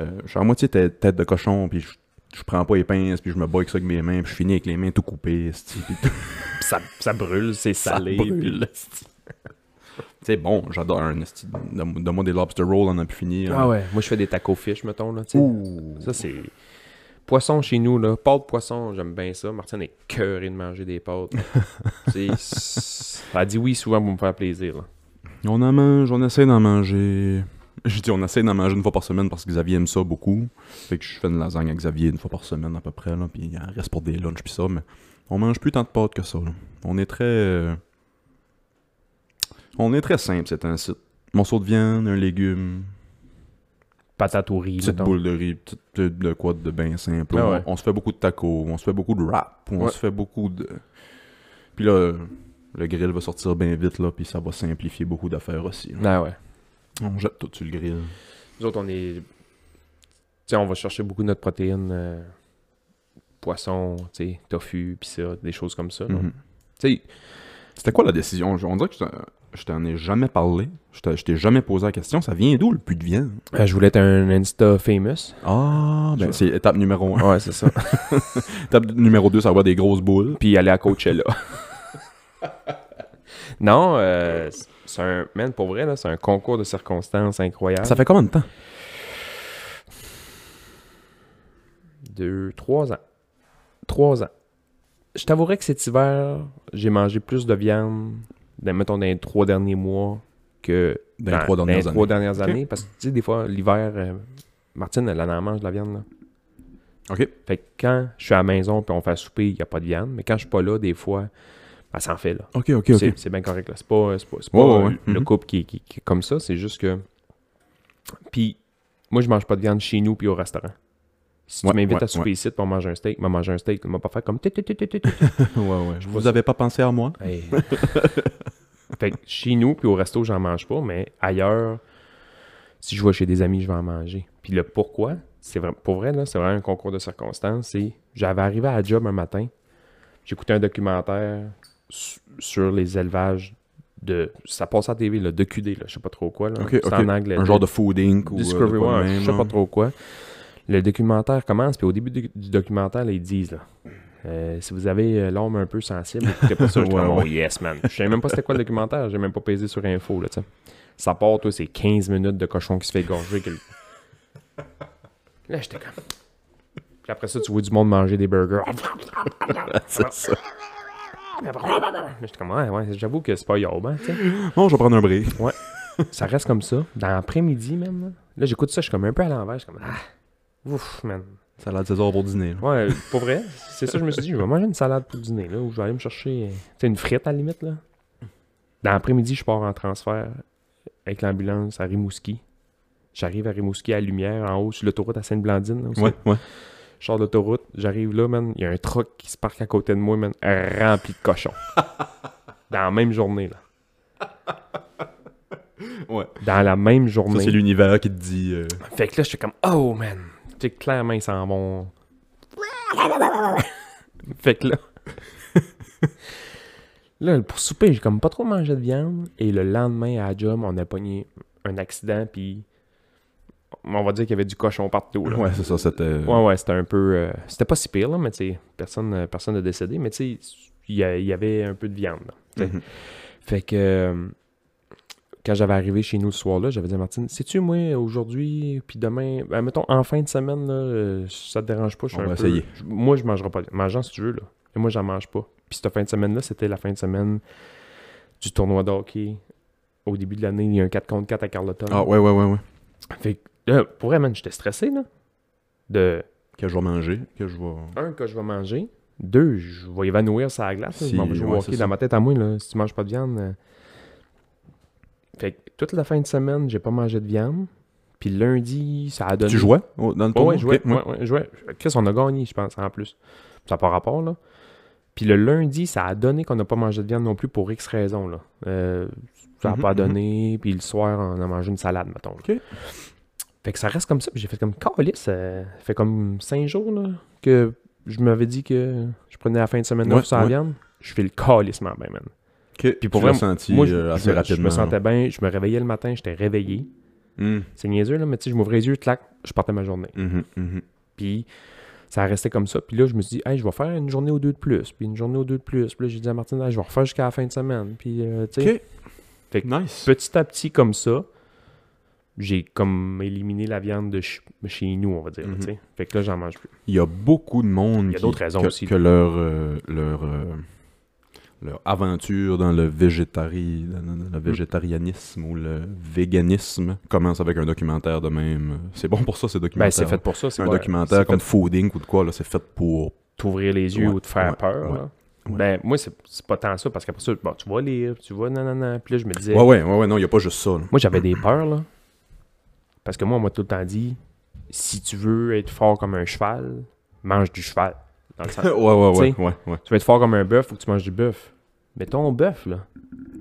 euh, je suis à moitié tête, tête de cochon, puis je, je prends pas les pinces, puis je me bats avec ça avec mes mains, puis je finis avec les mains tout coupées, esti, puis tout
puis ça, ça brûle, c'est salé. puis-
brûle, esti. C'est bon, j'adore un esti. Donne- Donne-moi des lobster rolls, on en a pu finir.
Ah ouais, moi, je fais des tacos fish, mettons, là. tu sais.
euh, Ouh.
Ça, c'est. Poisson chez nous, là. Pâtes poisson, j'aime bien ça. Martine est cœurée de manger des pâtes. Tu sais, Elle dit oui souvent pour me faire plaisir, là.
On en mange, on essaie d'en manger. Je dis, on essaie d'en manger une fois par semaine parce que Xavier aime ça beaucoup. Fait que je fais une lasagne à Xavier une fois par semaine à peu près, là, puis il en reste pour des lunchs, puis ça, mais on mange plus tant de pâtes que ça. là. On est très. euh, On est très simple, c'est un site. Morceau de viande, un légume,
Patate au riz,
petite
mettons.
boule de riz, petite petite de quoi de bain simple.
Ah
on,
ouais.
on se fait beaucoup de tacos, on se fait beaucoup de wrap, on
Ouais.
se fait beaucoup de. Puis là, le grill va sortir bien vite, là, puis ça va simplifier beaucoup d'affaires aussi. là.
Ah ouais.
On jette tout sur le grill.
Nous autres, on est. Tu sais, on va chercher beaucoup notre protéine. euh, Poisson, tu sais, tofu, pis ça, des choses comme ça. là.
Mhm.
Tu sais,
C'était quoi la décision? On dirait que je t'en- je t'en ai jamais parlé. Je t'ai- je t'ai jamais posé la question. Ça vient d'où le plus de viande?
euh, je voulais être un Insta famous.
Ah, ben c'est étape numéro 1.
Ouais, c'est ça.
étape numéro 2, ça va avoir des grosses boules.
puis aller à Coachella. non, euh, c'est un. Man, pour vrai, là, c'est un concours de circonstances incroyable.
Ça fait combien de temps?
Deux, trois ans. Trois ans. Je t'avouerais que cet hiver, j'ai mangé plus de viande, dans, mettons, dans les trois derniers mois que
Ben, Dans les trois dernières
les trois
années.
dernières
Ok.
années, Parce que, tu sais, des fois, l'hiver, euh, Martine, elle en mange de la viande, là.
OK.
Fait que quand je suis à la maison puis on fait à souper, il n'y a pas de viande. Mais quand je suis pas là, des fois, elle s'en fait, là.
OK, OK,
C'est- C'est bien correct. là. C'est pas, c'est pas- c'est
Ouais,
pas,
ouais,
euh,
ouais.
le
Mhm.
couple qui, qui- qui est comme ça. C'est juste que. Puis, moi, je mange pas de viande chez nous puis au restaurant. Si
Ouais,
tu m'invites
ouais,
à souper
ouais.
ici, tu vas manger un steak, m'as manger un steak, tu m'as pas fait comme. tut, tut, tut, tut, tut, tut.
ouais, ouais. Je vous avais pas pensé à moi?
Hey. fait que chez nous puis au resto, j'en mange pas, mais ailleurs, si je vais chez des amis, je vais en manger. Puis le pourquoi, c'est vrai, pour vrai, là, c'est vraiment un concours de circonstances. C'est, j'avais arrivé à la job un matin, j'écoutais un documentaire su- sur les élevages de. Ça passe à la TV, là, de QD, là, je sais pas trop quoi. Là,
OK,
Euh, c'est
OK.
en anglais.
Un genre de food inc. Ou, euh,
Discovery,
de quoi de
ouais,
même,
je sais
là.
pas trop quoi. Le documentaire commence, puis au début du, du documentaire, là, ils disent là, Euh, si vous avez euh, l'homme un peu sensible, écoutez pas ça. Je
Ouais,
fais, oh,
ouais.
yes, man. Je savais même pas c'était quoi le documentaire. J'ai même pas pesé sur info, là, tu sais. Ça part, toi, c'est 15 minutes de cochon qui se fait gorger. que le- Là, j'étais comme... Puis après ça, tu vois du monde manger des burgers.
C'est ça.
J'étais comme, ouais, ouais, j'avoue que c'est pas yob, hein, tu sais.
Bon, je vais prendre un break.
Ça reste comme ça. Dans l'après-midi, même, là, Là, j'écoute ça, je suis comme un peu à l'envers. Je suis comme, ah, ouf, man.
Salade César pour dîner. là.
Ouais, pour vrai, c'est ça, je me suis dit, je vais manger une salade pour le dîner, là, ou je vais aller me chercher, euh, tu sais, une frite à la limite, là. Dans l'après-midi, je pars en transfert avec l'ambulance à Rimouski. J'arrive à Rimouski à la lumière, en haut, sur l'autoroute à Sainte-Blandine. là, aussi.
Ouais, ouais.
Je sors de l'autoroute, j'arrive là, man, il y a un truck qui se parque à côté de moi, man, rempli de cochons. Dans la même journée, là.
Ouais.
Dans la même journée.
Ça, c'est l'univers qui te dit. euh,
Fait que là, je suis comme, oh man. Tu sais, clairement, ils s'en vont. fait que là. là, pour souper, j'ai comme pas trop mangé de viande. Et le lendemain, à la job, on a pogné un accident, puis. On va dire qu'il y avait du cochon partout, là.
Ouais, c'est ça, c'était.
Ouais, ouais, c'était un peu. euh, c'était pas si pire, là, mais tu sais, personne n'a personne n'a décédé, mais tu sais, il y, a- il y avait un peu de viande. là, tu sais.
Mhm.
Fait que. euh, Quand j'avais arrivé chez nous ce soir-là, j'avais dit à Martine, sais-tu, moi, aujourd'hui, puis demain, ben, mettons, en fin de semaine, là, euh, ça te dérange pas, je suis
On
un
va
peu-
essayer.
je- Moi, je mangerai pas. Mangeant, si tu veux, là. Et moi, j'en mange pas. Puis cette fin de semaine-là, c'était la fin de semaine du tournoi d'hockey. Au début de l'année, il y a un 4 contre 4 à Carleton.
Ah, ouais, ouais, ouais, ouais.
Fait que, là, pour vrai, man, j'étais stressé, là. De,
Que je vais manger, que je vais.
un, que je vais manger. Deux, je vais évanouir sa glace. là.
Si,
je m'en vais jouer au
ouais,
hockey
c'est ça.
dans ma tête à moi, là, si tu manges pas de viande. euh. Fait que toute la fin de semaine, j'ai pas mangé de viande. Puis lundi, ça a donné.
Tu jouais au- dans le
Ouais,
tournoi?
ouais, je jouais.
Ok, ouais.
ouais, ouais, je jouais. Chris, on a gagné, je pense, en plus. Ça n'a pas rapport, là. Puis le lundi, ça a donné qu'on n'a pas mangé de viande non plus pour X raisons, là. Euh, ça n'a
Mhm,
pas
mhm.
donné. Puis le soir, on a mangé une salade, mettons. là.
Ok.
Fait que ça reste comme ça. Puis j'ai fait comme, câlisse, ça fait comme cinq jours, là, que je m'avais dit que je prenais la fin de semaine
Ouais,
off sans
ouais.
viande. Je fais le calissement, ben, man.
Ok,
Puis pour
tu l'as
vrai,
senti
Moi, je, je
euh, assez
me- je
rapidement.
me sentais bien. Je me réveillais le matin, j'étais réveillé.
Hmm,
C'est niaiseux, là, mais tu sais, je m'ouvrais les yeux, clac, je partais ma journée.
mhm, mhm.
Puis ça restait comme ça. Puis là, je me suis dit, hey, je vais faire une journée ou deux de plus. Puis une journée ou deux de plus. Puis là, j'ai dit à Martine, Hey, je vais refaire jusqu'à la fin de semaine. Puis, euh, tu sais,
Ok.
Fait que-
Nice.
petit à petit, comme ça, j'ai comme éliminé la viande de ch- chez nous, on va dire. là,
Mhm.
tu sais. Fait que là, j'en mange plus.
Il y a beaucoup de monde
Il y a
qui-
d'autres raisons
que,
aussi,
que leur, euh, leur, euh, leur aventure dans le, végétari... dans- dans-
Mm.
dans le végétarianisme ou le véganisme commence avec un documentaire de même. C'est bon pour ça, ces
Ben,
documentaires.
c'est fait pour ça. C'est
un
pas-
documentaire
c'est
comme
fait
Fooding ou de quoi, là, c'est fait pour.
t'ouvrir les yeux
Ouais,
ou te faire
ouais,
peur.
ouais,
là.
ouais.
Ben, moi, c'est c'est pas tant ça parce qu'après ça, bon, tu vas lire, tu vas nanana. Puis là, je me disais,
Ouais, ouais, ouais, ouais, non, il n'y a pas juste ça. là.
Moi, j'avais des peurs, là. Parce que moi, on m'a tout le temps dit si tu veux être fort comme un cheval, mange du cheval. Dans le sens-
ouais, ouais, ouais,
T'sais.
ouais, ouais.
tu veux être fort comme un bœuf, faut que tu manges du bœuf. Mais ton bœuf, là,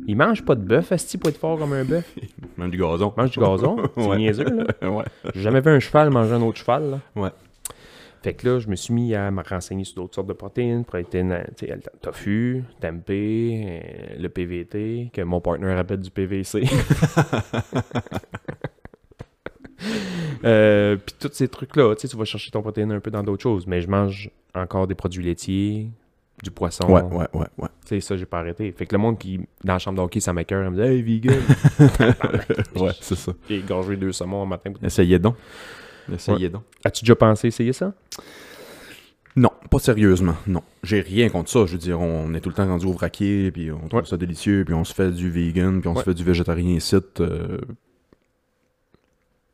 il mange pas de bœuf, Asti, pour être fort comme un bœuf.
Même du gazon.
Il mange du gazon. C'est
Ouais.
niaiseux, là.
ouais.
J'ai jamais vu un cheval manger un autre cheval, là.
Ouais.
Fait que là, je me suis mis à me renseigner sur d'autres sortes de protéines, protéines, euh, tu sais, le tofu, tempeh, euh, le PVT, que mon partner appelle du PVC. Euh, Puis tous ces trucs-là, tu sais, tu vas chercher ton protéine un peu dans d'autres choses, mais je mange encore des produits laitiers, du poisson.
Ouais, ouais, ouais, ouais.
Tu sais, ça, j'ai pas arrêté. Fait que le monde qui, dans la chambre d'hockey, ça m'écœure, elle me dit Hey, vegan
Ouais, c'est ça.
J'ai gorgé deux saumons un matin.
Essayez donc. Essayez donc.
As-tu déjà pensé essayer ça
Non, pas sérieusement, non. J'ai rien contre ça. Je veux dire, on est tout le temps rendu au vraquier, puis on trouve
Ouais.
ça délicieux, puis on se fait du vegan, puis on
Ouais.
se fait du végétarien ici. euh,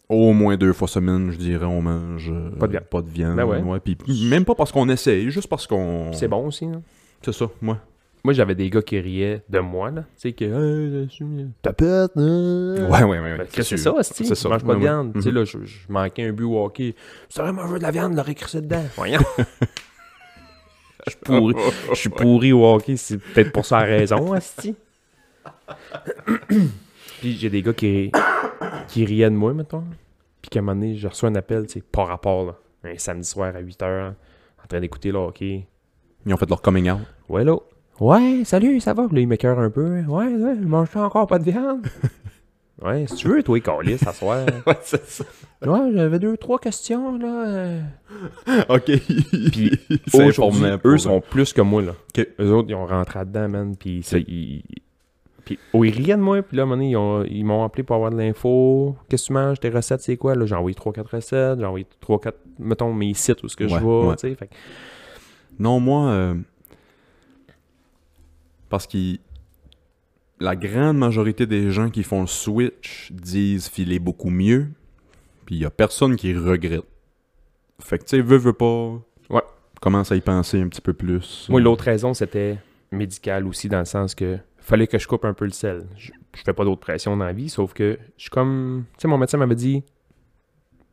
au moins deux fois semaine, je dirais, on mange euh,
Pas de viande.
viande,
Ben ouais.
ouais, puis même pas parce qu'on essaye, juste parce qu'on.
C'est bon aussi, hein? non
C'est ça, moi.
Moi, j'avais des gars qui riaient de moi, là. Tu sais, que. Hey, euh, tapette,
Ouais,
euh.
ouais, ouais. ouais,
Ben, Chris,
c'est
c'est
sûr.
ça, Asti.
C'est ça.
Je mange pas de
Ouais, Mm-hmm. ouais.
viande. Tu sais, là, je, je manquais un but au hockey. C'est vrai, moi, je veux de la viande, leur écrit ça dedans. Voyons. Je suis pourri. Je suis pourri au hockey. C'est peut-être pour sa raison, Asti. Puis j'ai des gars qui, qui riaient de moi, mettons. Puis qu'à un moment donné, je reçois un appel, tu sais, par rapport, là. Un samedi soir à 8h, en train d'écouter le hockey.
Ils ont fait leur coming out.
Ouais, là. Ouais, salut, ça va? Puis Là, il m'écœure un peu. Ouais, ouais, je mange encore pas de viande. Ouais, si tu veux, toi, Carlis, à soir.
Ouais, c'est ça.
Ouais, j'avais deux, trois questions, là. euh.
Ok.
Puis
C'est
aujourd'hui,
informel pour
eux
eux.
sont plus que moi, là.
Ok.
Eux autres, ils ont rentré dedans, man. Puis ça, ils. Puis, oh, ils riaient de moi, puis là, à un moment donné, ils, ont- ils m'ont appelé pour avoir de l'info. Qu'est-ce que tu manges, tes recettes, c'est quoi? Là, j'ai envoyé 3-4 recettes, j'ai envoyé 3-4, mettons, mes sites où ce que je
Ouais,
vais,
ouais.
tu sais. Fait que-
Non, moi, euh, parce que la grande majorité des gens qui font le switch disent filer beaucoup mieux, puis il y a personne qui regrette. Fait que tu sais, veux, veux pas,
Ouais.
commence à y penser un petit peu plus.
Moi, l'autre raison, c'était médical aussi, dans le sens que fallait que je coupe un peu le sel. Je, je fais pas d'autre pression dans la vie, sauf que je suis comme. Tu sais, mon médecin m'avait dit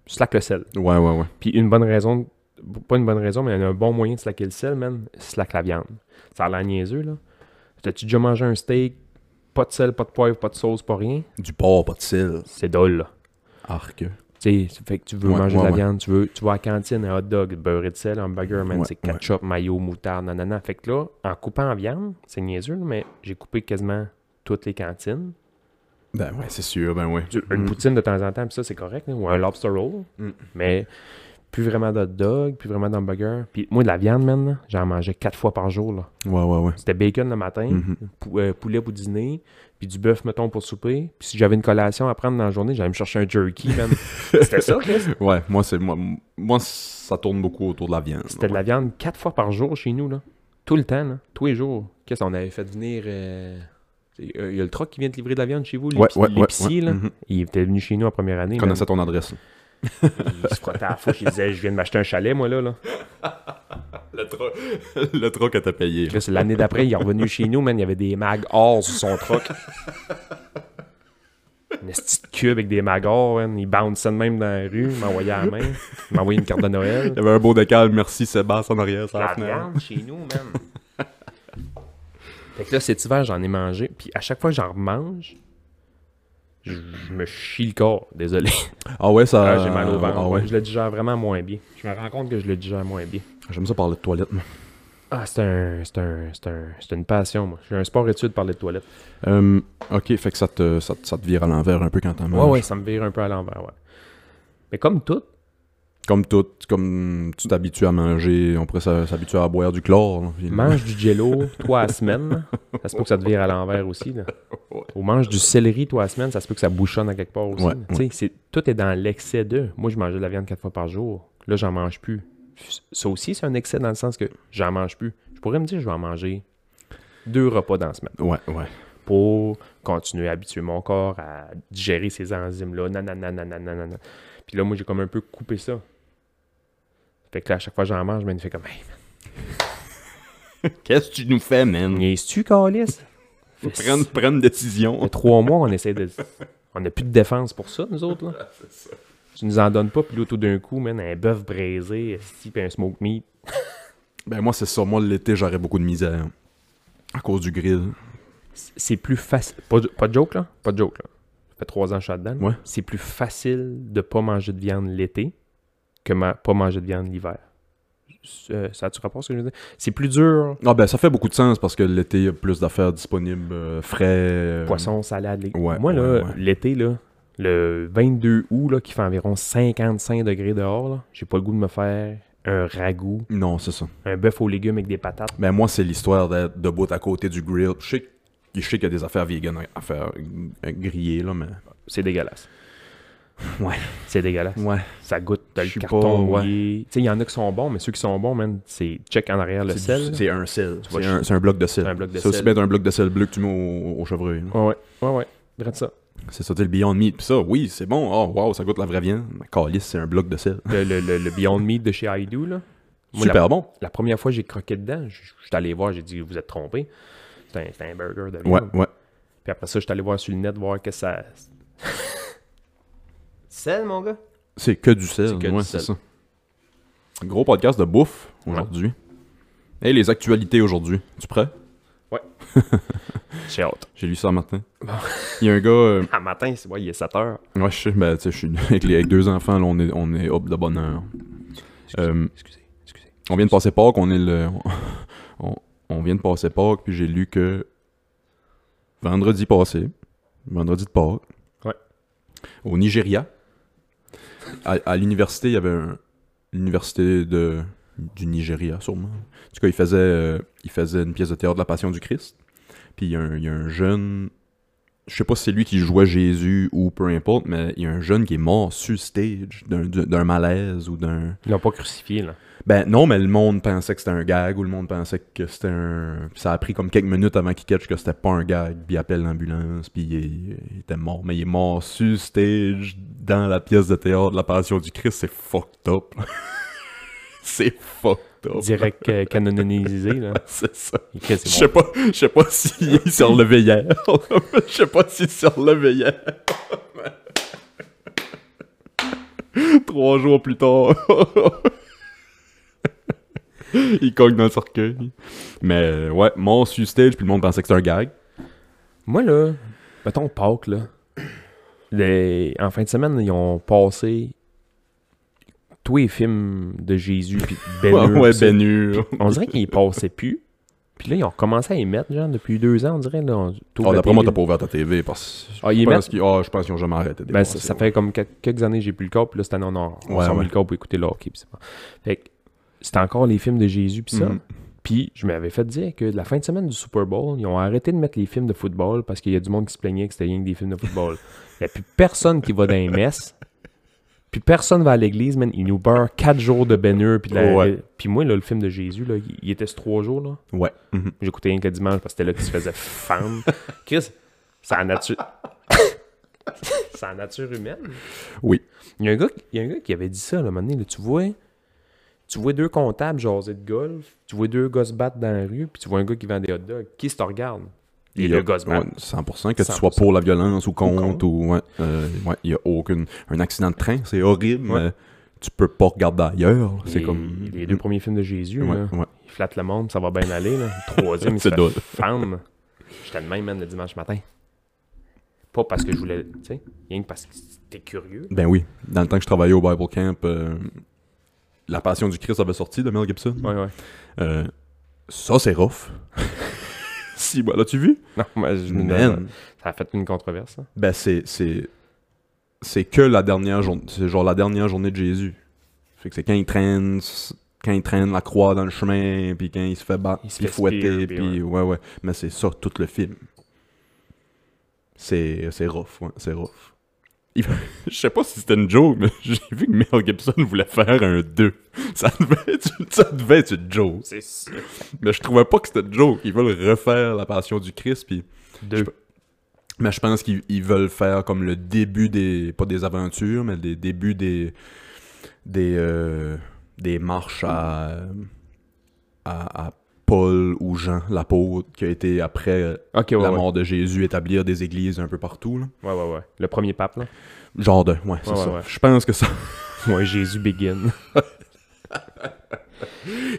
slack le sel.
Ouais, ouais, ouais.
Puis une bonne raison, pas une bonne raison, mais un bon moyen de slacker le sel, man, slack la viande. Ça a l'air niaiseux, là. T'as-tu déjà mangé un steak, pas de sel, pas de poivre, pas de sauce, pas rien?
Du porc, pas de cils.
C'est dole, là.
Arc.
Tu sais, ça fait que tu veux
Ouais,
manger
ouais,
de la
ouais.
viande, tu veux, tu vas à la cantine, un hot dog, beurré de sel, hamburger, man,
Ouais,
c'est ketchup, mayo, moutarde, nanana. Fait que là, en coupant en viande, c'est niaiseux, là, mais j'ai coupé quasiment toutes les cantines.
Ben ouais, c'est sûr, ben ouais.
Tu- Une
Mm.
poutine de temps en temps, puis ça, c'est correct, là, ou un lobster roll,
Mm.
mais plus vraiment d'hot dog, plus vraiment d'hamburger. Puis moi, de la viande, man, là, j'en mangeais quatre fois par jour, là.
Ouais, ouais, ouais.
C'était bacon le matin,
Mhm.
pou- euh, poulet pour dîner, puis du bœuf, mettons, pour souper. Puis si j'avais une collation à prendre dans la journée, j'allais me chercher un jerky, man. C'était ça, Chris?
Ouais, moi, c'est, moi, moi, ça tourne beaucoup autour de la viande.
C'était de la viande quatre fois par jour chez nous, là. Tout le temps, là. Tous les jours. Qu'est-ce qu'on avait fait venir... euh, Il y a le troc qui vient de livrer de la viande chez vous,
Ouais,
l'épic-
ouais, ouais,
l'épicier,
ouais.
là.
Mhm.
Mm-hmm. Il était venu chez nous en première année.
Je
man.
connaissais ton adresse.
Il se frottait à la fourche, il disait « Je viens de m'acheter un chalet, moi, là. là.
Le troc, le troc à t'a payé. »
Chris, L'année d'après, il est revenu chez nous, man. Il y avait des mags or sur son troc. Une petite cube avec des mags or, man. Il bounçait de même dans la rue, il m'envoyait à la main. Il m'envoyait une carte de Noël.
Il y avait un beau décal, merci Sébastien en arrière, ça
la viande chez nous, man. fait que là, cet hiver, j'en ai mangé. Puis à chaque fois que j'en remange, je, je me chie le corps. Désolé.
Ah ouais, ça.
Ah, J'ai mal au ventre.
Ah ouais.
Je le digère vraiment moins bien. Je me rends compte que je le digère moins bien.
J'aime ça parler de toilette, moi.
Ah, c'est un, c'est un, c'est un, c'est une passion, moi. J'ai un sport-étude parler de toilette.
Euh, ok, fait que ça te, ça, te- ça te vire à l'envers un peu quand t'en manges.
Ouais, ouais, ça me vire un peu à l'envers, ouais. Mais comme tout,
Comme tout, comme tu t'habitues à manger, on pourrait s'a- s'habituer à boire du chlore. là, puis-
mange du jello toi à semaine, ça se peut que ça te vire à l'envers aussi. Là. Ou mange du céleri toi à semaine, ça se peut que ça bouchonne à quelque part aussi.
Ouais,
là. Tu sais, c'est- tout est dans l'excès de. Moi, je mangeais de la viande quatre fois par jour. Là, j'en mange plus. Ça aussi, c'est un excès dans le sens que j'en mange plus. Je pourrais me dire, je vais en manger deux repas dans la semaine
Ouais, ouais.
pour continuer à habituer mon corps à digérer ces enzymes-là. Nanana, nanana, nanana. Puis là, moi, j'ai comme un peu coupé ça. Fait que là, à chaque fois que j'en mange, je me fais comme, hey,
Qu'est-ce que tu nous fais, man?
mais tu calice?
Prends, prends une
Il y
décision.
a trois mois, on essaie de. On n'a plus de défense pour ça, nous autres. Là. Tu nous en donnes pas, puis là, tout d'un coup, man, un bœuf braisé, esti, puis un smoke meat.
Ben, moi, c'est ça. Moi, l'été, j'aurais beaucoup de misère. À cause du grill.
C- C'est plus facile. Pas, de- pas de joke, là? Pas de joke, là. Ça fait trois ans que je suis là-dedans. là.
Ouais.
C'est plus facile de pas manger de viande l'été que ma... pas manger de viande l'hiver. Euh, Ça a-tu rapport à ce que je veux dire? C'est plus dur.
Ah, ben, ça fait beaucoup de sens parce que l'été, il y a plus d'affaires disponibles, euh, frais. euh,
Poisson, salade, les...
ouais,
Moi, là,
ouais, ouais.
l'été, là, le 22 août, là, qui fait environ 55 degrés dehors, là, j'ai pas le goût de me faire un ragoût
Non, c'est ça.
un bœuf aux légumes avec des patates.
Ben moi, c'est l'histoire d'être debout à côté du grill. Je sais, que- je sais qu'il y a des affaires vegan à- à faire à griller, là, mais...
C'est dégueulasse.
Ouais.
C'est dégueulasse.
Ouais.
Ça goûte, t'as
Je
le
suis
carton
pas- ouais.
mouillé. Tu sais, il y en a qui sont bons, mais ceux qui sont bons, man, c'est check en arrière le
C'est du-
sel.
c'est un sel.
vois,
C'est un, c'est un bloc de sel.
c'est un bloc de
C'est aussi
sel.
bien un bloc de sel bleu que tu mets au, au chevreuil. là.
Ouais, ouais, ouais, ouais. Drette ça.
C'est ça, tu sais, le Beyond Meat. Puis ça, oui, c'est bon. Oh, wow, ça goûte la vraie viande. Mais calice, c'est un bloc de sel.
Le, le- le- le Beyond Meat de chez Haidu, là. Moi,
Super
La,
bon.
la première fois que j'ai croqué dedans, je je suis allé voir, j'ai dit, vous êtes trompé. C'est un, c'est un burger de
Ouais,
viande.
ouais.
Puis après ça, je suis allé voir sur le net voir que ça. sel, mon gars?
C'est que du sel.
C'est que du
ouais,
sel.
c'est ça. Gros podcast de bouffe aujourd'hui. Et les actualités aujourd'hui. Tu prêt?
J'ai hâte.
J'ai lu ça matin. Il y a un gars... euh,
À matin, c'est ouais, il est 7 heures.
Ouais, je sais, ben, tu sais, je suis avec, les- avec deux enfants, là, on est, on est up de bonne heure. Euh,
Excusez, excusez.
on vient de passer Pâques, on est le. On, on vient de passer Pâques, puis j'ai lu que vendredi passé, vendredi de Pâques,
Ouais.
au Nigeria. À, à l'université, il y avait un- l'université de du Nigeria, sûrement. En tout cas, il faisait, euh, il faisait une pièce de théâtre de la Passion du Christ. Puis il y, a un- il y a un jeune, je sais pas si c'est lui qui jouait Jésus ou peu importe, mais il y a un jeune qui est mort sur le stage d'un- d'un d'un malaise ou d'un...
Ils l'ont pas crucifié, là.
Ben non, mais le monde pensait que c'était un gag ou le monde pensait que c'était un. Puis ça a pris comme quelques minutes avant qu'il catch que c'était pas un gag, puis il appelle l'ambulance, puis il, est- il était mort. Mais il est mort sur stage dans la pièce de théâtre de la Passion du Christ, c'est fucked up. c'est fucked up.
Direct euh, canonisé, là.
C'est ça.
Et que
Je
c'est
sais
bon.
pas, je sais pas s'il est relevé hier. Je sais pas s'il s'est relevé hier. Trois jours plus tard. il cogne dans le cercueil. Mais euh, ouais, mon sur stage, puis le monde pensait que c'était un gag.
Moi, là, mettons Pâques, là. Les... En fin de semaine, ils ont passé tous les films de Jésus, puis de Ben
Ouais,
Hur,
ouais,
pis ça.
Ben Hur.
On dirait qu'ils passaient plus. Puis là, ils ont commencé à y mettre, genre, depuis deux ans, on dirait. Là, on-
Oh, d'après moi, t'as
télé-
pas ouvert ta TV parce que
Ah,
je
ils
pense
mettent-
qu'ils oh, je pense qu'ils ont jamais arrêté. de
Ben,
dépenser,
ça, ça
ouais.
fait comme quel- quelques années que j'ai plus le corps, puis là, cette année, on, a, on
Ouais,
s'en met
ouais.
le corps pour écouter le hockey, puis c'est bon. Fait que c'était encore les films de Jésus, puis ça.
Mhm.
Puis je m'avais fait dire que de la fin de semaine du Super Bowl, ils ont arrêté de mettre les films de football parce qu'il y a du monde qui se plaignait que c'était rien que des films de football. Il n'y a plus personne qui va dans les messes. Puis personne va à l'église, man. Ils nous beurrent quatre jours de bénure. Puis, de la-
Ouais.
puis moi, là, le film de Jésus, là, il- il était sur trois jours. Là.
Ouais. Mhm.
J'écoutais rien que le dimanche parce que c'était là qu'il se faisait femme. Chris, c'est la nature. c'est la nature humaine.
Oui.
Il y, a un gars, il y a un gars qui avait dit ça, là, un moment donné, là, tu vois. Tu vois deux comptables jaser de golf, tu vois deux gosses battre dans la rue, puis tu vois un gars qui vend des hot dogs. Qui se te regarde? Il y a deux gosses
ouais,
battre.
100% que tu
100%.
sois pour la violence ou contre,
contre.
ou ouais, euh, ouais, il y a aucune un accident de train, c'est horrible,
Ouais.
mais tu peux pas regarder ailleurs, c'est
Les-
comme
Les deux premiers films de Jésus,
ouais,
là,
ouais.
il flatte le monde, ça va bien aller. Là. Le troisième, il se
C'est drôle.
fait femme. J'étais le même, man, le dimanche matin. Pas parce que je voulais, tu sais, rien que parce que t'es curieux.
Ben oui, dans le temps que je travaillais au Bible camp, euh, la Passion du Christ avait sorti de Mel Gibson.
Ouais, ouais.
Euh, ça c'est rough. si bah, l'as-tu vu
Non, mais je
Man.
Ça a fait une controverse. hein.
Ben c'est c'est c'est que la dernière journée, c'est genre la dernière journée de Jésus. Fait que c'est quand il traîne quand il traîne la croix dans le chemin, puis quand il se fait battre,
Il se
puis
fait
fouetter,
spear, puis
puis ouais ouais, mais c'est ça tout le film. C'est c'est rough, ouais, c'est rough. Il- Je sais pas si c'était une joke, mais j'ai vu que Mel Gibson voulait faire un 2. Ça devait être, une- ça devait être une joke.
C'est sûr.
Mais je trouvais pas que c'était une joke. Ils veulent refaire la passion du Christ, puis
Deux.
mais je pense qu'ils ils veulent faire comme le début des. Pas des aventures, mais des débuts des. Des, euh, des marches à, à. à Paul ou Jean, l'apôtre, qui a été après euh,
Ok, ouais,
la
ouais.
mort de Jésus, établir des églises un peu partout. Là.
ouais, ouais, ouais. Le premier pape, là.
Genre de. Ouais, c'est
Ouais, ouais,
ça.
ouais.
Je pense que ça.
Ouais, Jésus begin.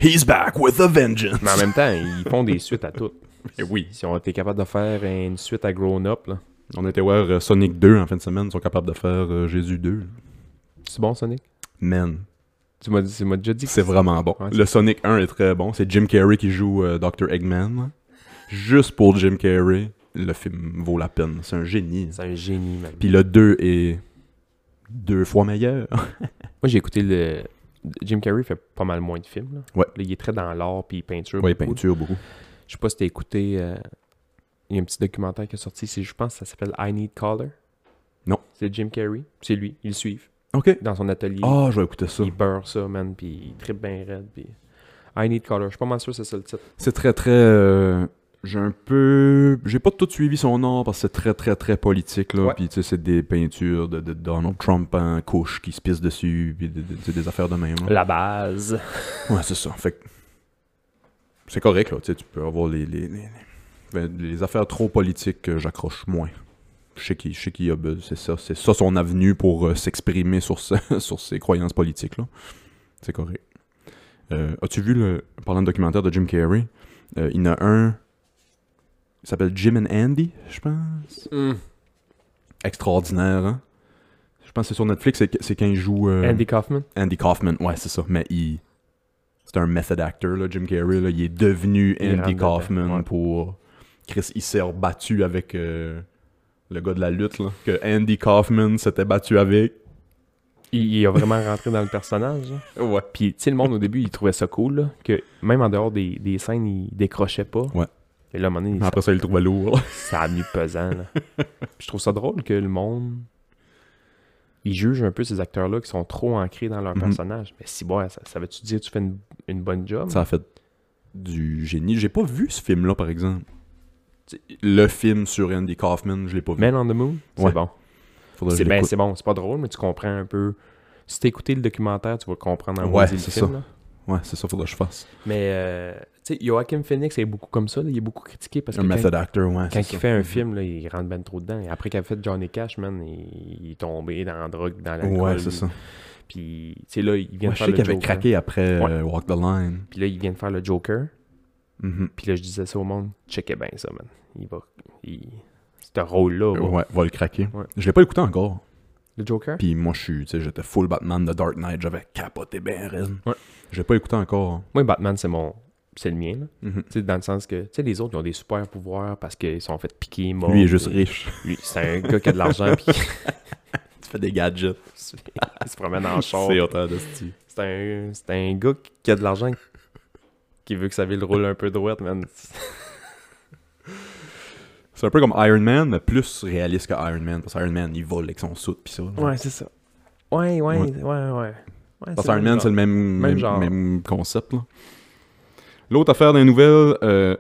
He's back with a vengeance!
Mais en même temps, ils font des suites à tout.
Eh oui.
Si on était capable de faire une suite à Grown Up, là.
On était voir euh, Sonic 2 en fin de semaine, ils sont capables de faire euh, Jésus 2. là.
C'est bon, Sonic?
Man,
Tu m'as dit- tu m'as déjà dit que
C'est vraiment bon.
Ouais,
le Sonic 1 est très bon. C'est Jim Carrey qui joue euh, Dr. Eggman. Juste pour Jim Carrey, le film vaut la peine. C'est un génie.
c'est un génie, man.
Puis le 2 est deux fois meilleur.
Moi, j'ai écouté le. Jim Carrey fait pas mal moins de films. Là.
Ouais.
Là, il est très dans l'art puis peinture.
Oui,
beaucoup.
peinture beaucoup.
Je sais pas si t'as écouté. euh, Il y a un petit documentaire qui est sorti. c'est- Je pense que ça s'appelle I Need Color.
Non.
C'est Jim Carrey. C'est lui. Ils le suivent.
OK.
Dans son atelier.
Ah, je vais écouter ça.
Il beurre ça, man. Puis il tripe bien raide. Puis. I Need Color. Je suis pas mal sûr que c'est ça le titre.
C'est très, très... euh, J'ai un peu... J'ai pas tout suivi son art parce que c'est très, très, très politique. Là.
Ouais.
Puis tu sais, c'est des peintures de, de Donald Trump en couche qui se pisse dessus. Puis de- de- de- des affaires de même. là.
La base.
Ouais, c'est ça. Fait que c'est correct, là. Tu sais, tu peux avoir les, les, les- ben, les affaires trop politiques, euh, j'accroche moins. Je sais qu'il je sais qu'il y a buzz, c'est ça. C'est ça son avenue pour euh, s'exprimer sur, sa- sur ses croyances politiques, là. C'est correct. Euh, As-tu vu, le, parlant de documentaire de Jim Carrey, euh, il y en a un... Il s'appelle Jim and Andy, je pense.
Hmm.
Extraordinaire, hein? Je pense que c'est sur Netflix, c'est c'est quand il joue... euh,
Andy Kaufman.
Andy Kaufman, ouais, c'est ça. Mais il. C'est un method actor, là, Jim Carrey. Là. Il est devenu
Il rentre
Andy
dedans,
Kaufman
ouais.
pour. Chris, il s'est rebattu avec euh, le gars de la lutte, là, que Andy Kaufman s'était battu avec.
Il, il a vraiment rentré dans le personnage. là.
Ouais.
Puis, tu sais, le monde au début, il trouvait ça cool, là, que même en dehors des, des scènes, il décrochait pas.
Ouais.
Et là, à un moment donné, ça,
Après ça, il le trouvait lourd.
ça a mis pesant. là. Puis je trouve ça drôle que le monde, il juge un peu ces acteurs-là qui sont trop ancrés dans leur
Mhm.
personnage. Mais si, bon, ça, ça veut-tu dire que tu fais une, une bonne job?
Ça a fait du génie. J'ai pas vu ce film-là, par exemple. T'sais, Le film sur Andy Kaufman, je l'ai pas vu.
Men on the Moon, c'est
Ouais.
bon.
Faudrait que
C'est
je
ben,
l'écoute.
c'est bon, c'est pas drôle, mais tu comprends un peu. Si t'as écouté le documentaire, tu vas comprendre un
Ouais,
peu le
c'est
film.
ça.
là.
Ouais, c'est ça, faudrait que je fasse.
Mais, euh, tu sais, Joachim Phoenix est beaucoup comme ça. là. Il est beaucoup critiqué parce que
Un
quand,
method actor, ouais.
quand
c'est
il
ça. Mhm.
fait un film, là, il rentre ben trop dedans. Et après qu'il a fait Johnny Cash, man, il, il est tombé dans la drogue, dans l'alcool.
Ouais, c'est ça.
Puis, tu sais, là, il vient
Ouais,
de faire
je sais
le
qu'il
Joker.
avait craqué après euh, Walk the Line.
Puis là, il vient de faire le Joker.
Mhm.
Puis là, je disais ça au monde, checkez bien ça, man. Il va... Il... C'est un rôle-là, va-
Euh, Ouais, va le craquer.
Ouais.
Je l'ai pas écouté encore.
le Joker.
Puis moi, je suis, tu sais, j'étais full Batman de Dark Knight. J'avais capoté ben raison.
Ouais.
Je l'ai pas écouté encore.
Moi, Batman, c'est mon... C'est le mien, là. Tu
Mhm.
sais, dans le sens que, tu sais, les autres, ils ont des super pouvoirs parce qu'ils sont fait piquer, morts.
Lui est juste riche.
Lui, c'est un gars qui a de l'argent, puis
Tu fais des gadgets.
il se promène en char.
C'est autant de style.
C'est un, c'est un gars qui- qui a de l'argent, qui veut que sa ville roule un peu droite, man.
C'est un peu comme Iron Man, mais plus réaliste que Iron Man. Parce que Iron Man, il vole avec son soute pis ça. là.
Ouais, c'est ça. Ouais, ouais, ouais, ouais. ouais.
Parce que Iron Man, Ah, c'est le même, même,
genre.
même concept. là. L'autre affaire des nouvelles, euh,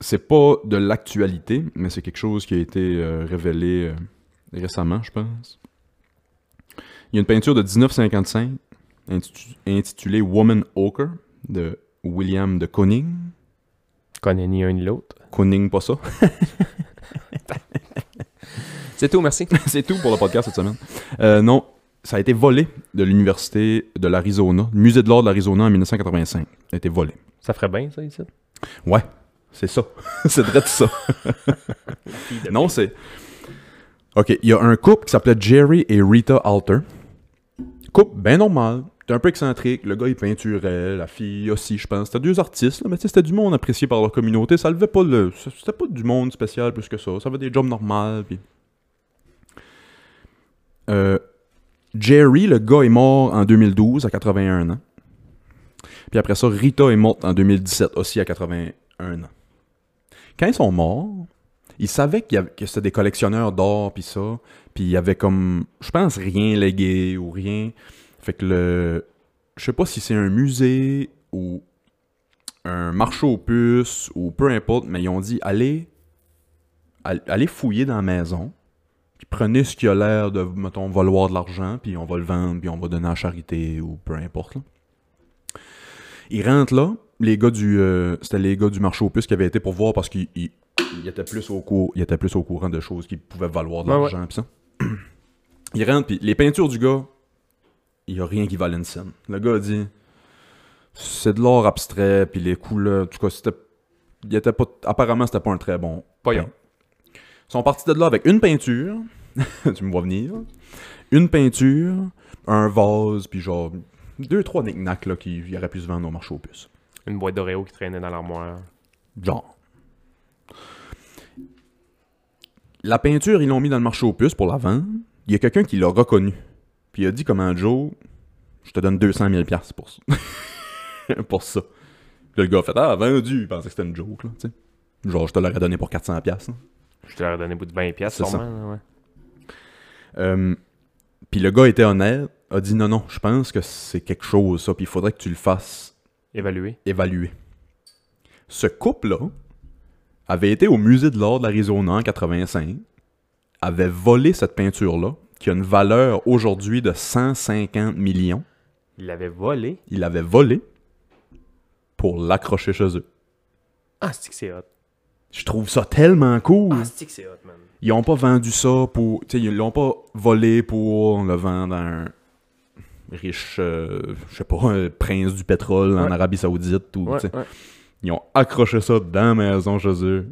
c'est pas de l'actualité, mais c'est quelque chose qui a été euh, révélé euh, récemment, je pense. Il y a une peinture de 1955 intitu- intitulée Woman Ochre de William de Koning.
connaît ni un ni l'autre.
Koning, pas ça.
C'est tout, merci.
c'est tout pour le podcast cette semaine. Euh, non, ça a été volé de l'université de l'Arizona, le musée de l'art de l'Arizona en 1985. Ça a été volé.
Ça ferait bien, ça, ici.
Ouais, c'est ça. c'est vrai de ça. non, c'est. Ok, il y a un couple qui s'appelait Jerry et Rita Alter. Couple bien normal. C'était un peu excentrique. Le gars, il peinturait. La fille aussi, je pense. C'était deux artistes, là, mais tu sais, c'était du monde apprécié par leur communauté. Ça levait pas le. C'était pas du monde spécial plus que ça. Ça avait des jobs normaux. Puis... Euh, Jerry, le gars, est mort en 2012 à 81 ans. Puis après ça, Rita est morte en 2017 aussi à 81 ans. Quand ils sont morts, ils savaient qu'il y avait- que c'était des collectionneurs d'or puis ça, puis il y avait comme je pense rien légué ou rien. Fait que le je sais pas si c'est un musée ou un marché aux puces ou peu importe, mais ils ont dit allez all- allez fouiller dans la maison. Puis prenez ce qui a l'air de, mettons, valoir de l'argent, puis on va le vendre, puis on va donner à la charité, ou peu importe. là. Ils rentrent là. Les gars du. euh, c'était les gars du marché aux puces qui avaient été pour voir parce qu'ils ils- ils étaient, plus au cour- ils étaient plus au courant de choses qui pouvaient valoir de
Ouais,
l'argent. pis ça. Ils rentrent, puis les peintures du gars, il n'y a rien qui valait une scène. Le gars a dit c'est de l'art abstrait, puis les couleurs. En tout cas, c'était. Il était pas, apparemment, c'était pas un très bon.
Voyons.
peint. Ils sont partis de là avec une peinture. tu me vois venir. Une peinture, un vase, puis genre deux, trois knick-knacks là, qui y auraient pu se vendre au marché aux puces.
Une boîte d'Oreo qui traînait dans l'armoire.
Genre. La peinture, ils l'ont mis dans le marché aux puces pour la vendre. Il y a quelqu'un qui l'a reconnu. Puis il a dit comment Joe, je te donne 200 000 piastres pour ça. pour ça. Puis le gars a fait Ah, vendu. Il pensait que c'était une joke. Là, tu sais. Genre, je te l'aurais donné pour 400 piastres. hein. là.
Je te leur ai donné bout de 20 piastres,
C'est ça.
sûrement. là, ouais.
Euh, puis le gars était honnête, a dit non, non, je pense que c'est quelque chose, ça, puis il faudrait que tu le fasses
Évalué.
évaluer. Ce couple-là avait été au musée de l'art de l'Arizona en 85, avait volé cette peinture-là, qui a une valeur aujourd'hui de 150 millions.
Il l'avait volé.
Il l'avait volée pour l'accrocher chez eux.
Ah, c'est que c'est hot.
Je trouve ça tellement cool.
Ah, c'est que c'est hot, man.
Ils ont pas vendu ça pour. Tu sais, ils l'ont pas volé pour le vendre à un riche, euh, je sais pas, un prince du pétrole en
Ouais.
Arabie Saoudite. Ou,
Ouais,
tu sais.
ouais.
Ils ont accroché ça dans la maison chez eux.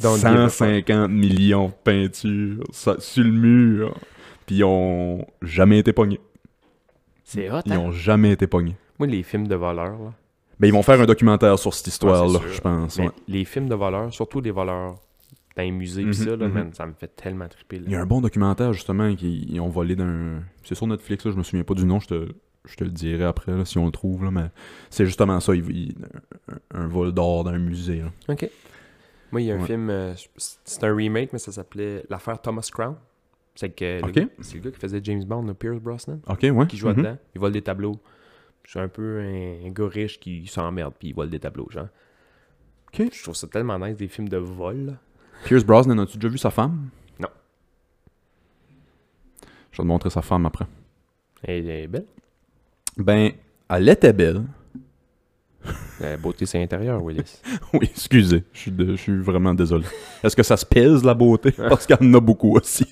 Dans le
150 millions de peintures ça- sur le mur. Puis ils ont jamais été pognés.
C'est hot,
Ils
hein?
ont jamais été pognés.
Moi, les films de voleurs, là. Ben,
Mais ils vont faire un documentaire sur cette histoire-là,
c'est sûr.
je pense.
Mais
ouais.
Les films de voleurs, surtout des voleurs dans les musées, pis
Mhm,
ça, là,
mhm.
man, ça me fait tellement triper. là.
Il y a un bon documentaire justement qui ils ont volé d'un. C'est sur Netflix, là, je me souviens pas du nom, je te, je te le dirai après là, si on le trouve, là, mais c'est justement ça, il- il- un, un vol d'or d'un musée. là.
Ok. Moi, il y a un
Ouais.
film, euh, je- c'est un remake, mais ça s'appelait L'affaire Thomas Crown. C'est que le
Ok.
gars- c'est le gars qui faisait James Bond, là, Pierce Brosnan,
Ok, ouais.
qui joue
Mhm.
dedans. Il vole des tableaux. Je suis un peu un, un gars riche qui s'emmerde, puis il vole des tableaux, genre.
Ok.
Je trouve ça tellement nice, des films de vol, là.
Mm-hmm. Pierce Brosnan, as-tu déjà vu sa femme
Non.
Je vais te montrer sa femme après.
Elle est belle.
Ben, elle était belle.
La beauté, c'est intérieur, Willis.
Oui, excusez, je suis, de- je suis vraiment désolé. Est-ce que ça se pèse la beauté Parce qu'il y en a beaucoup aussi.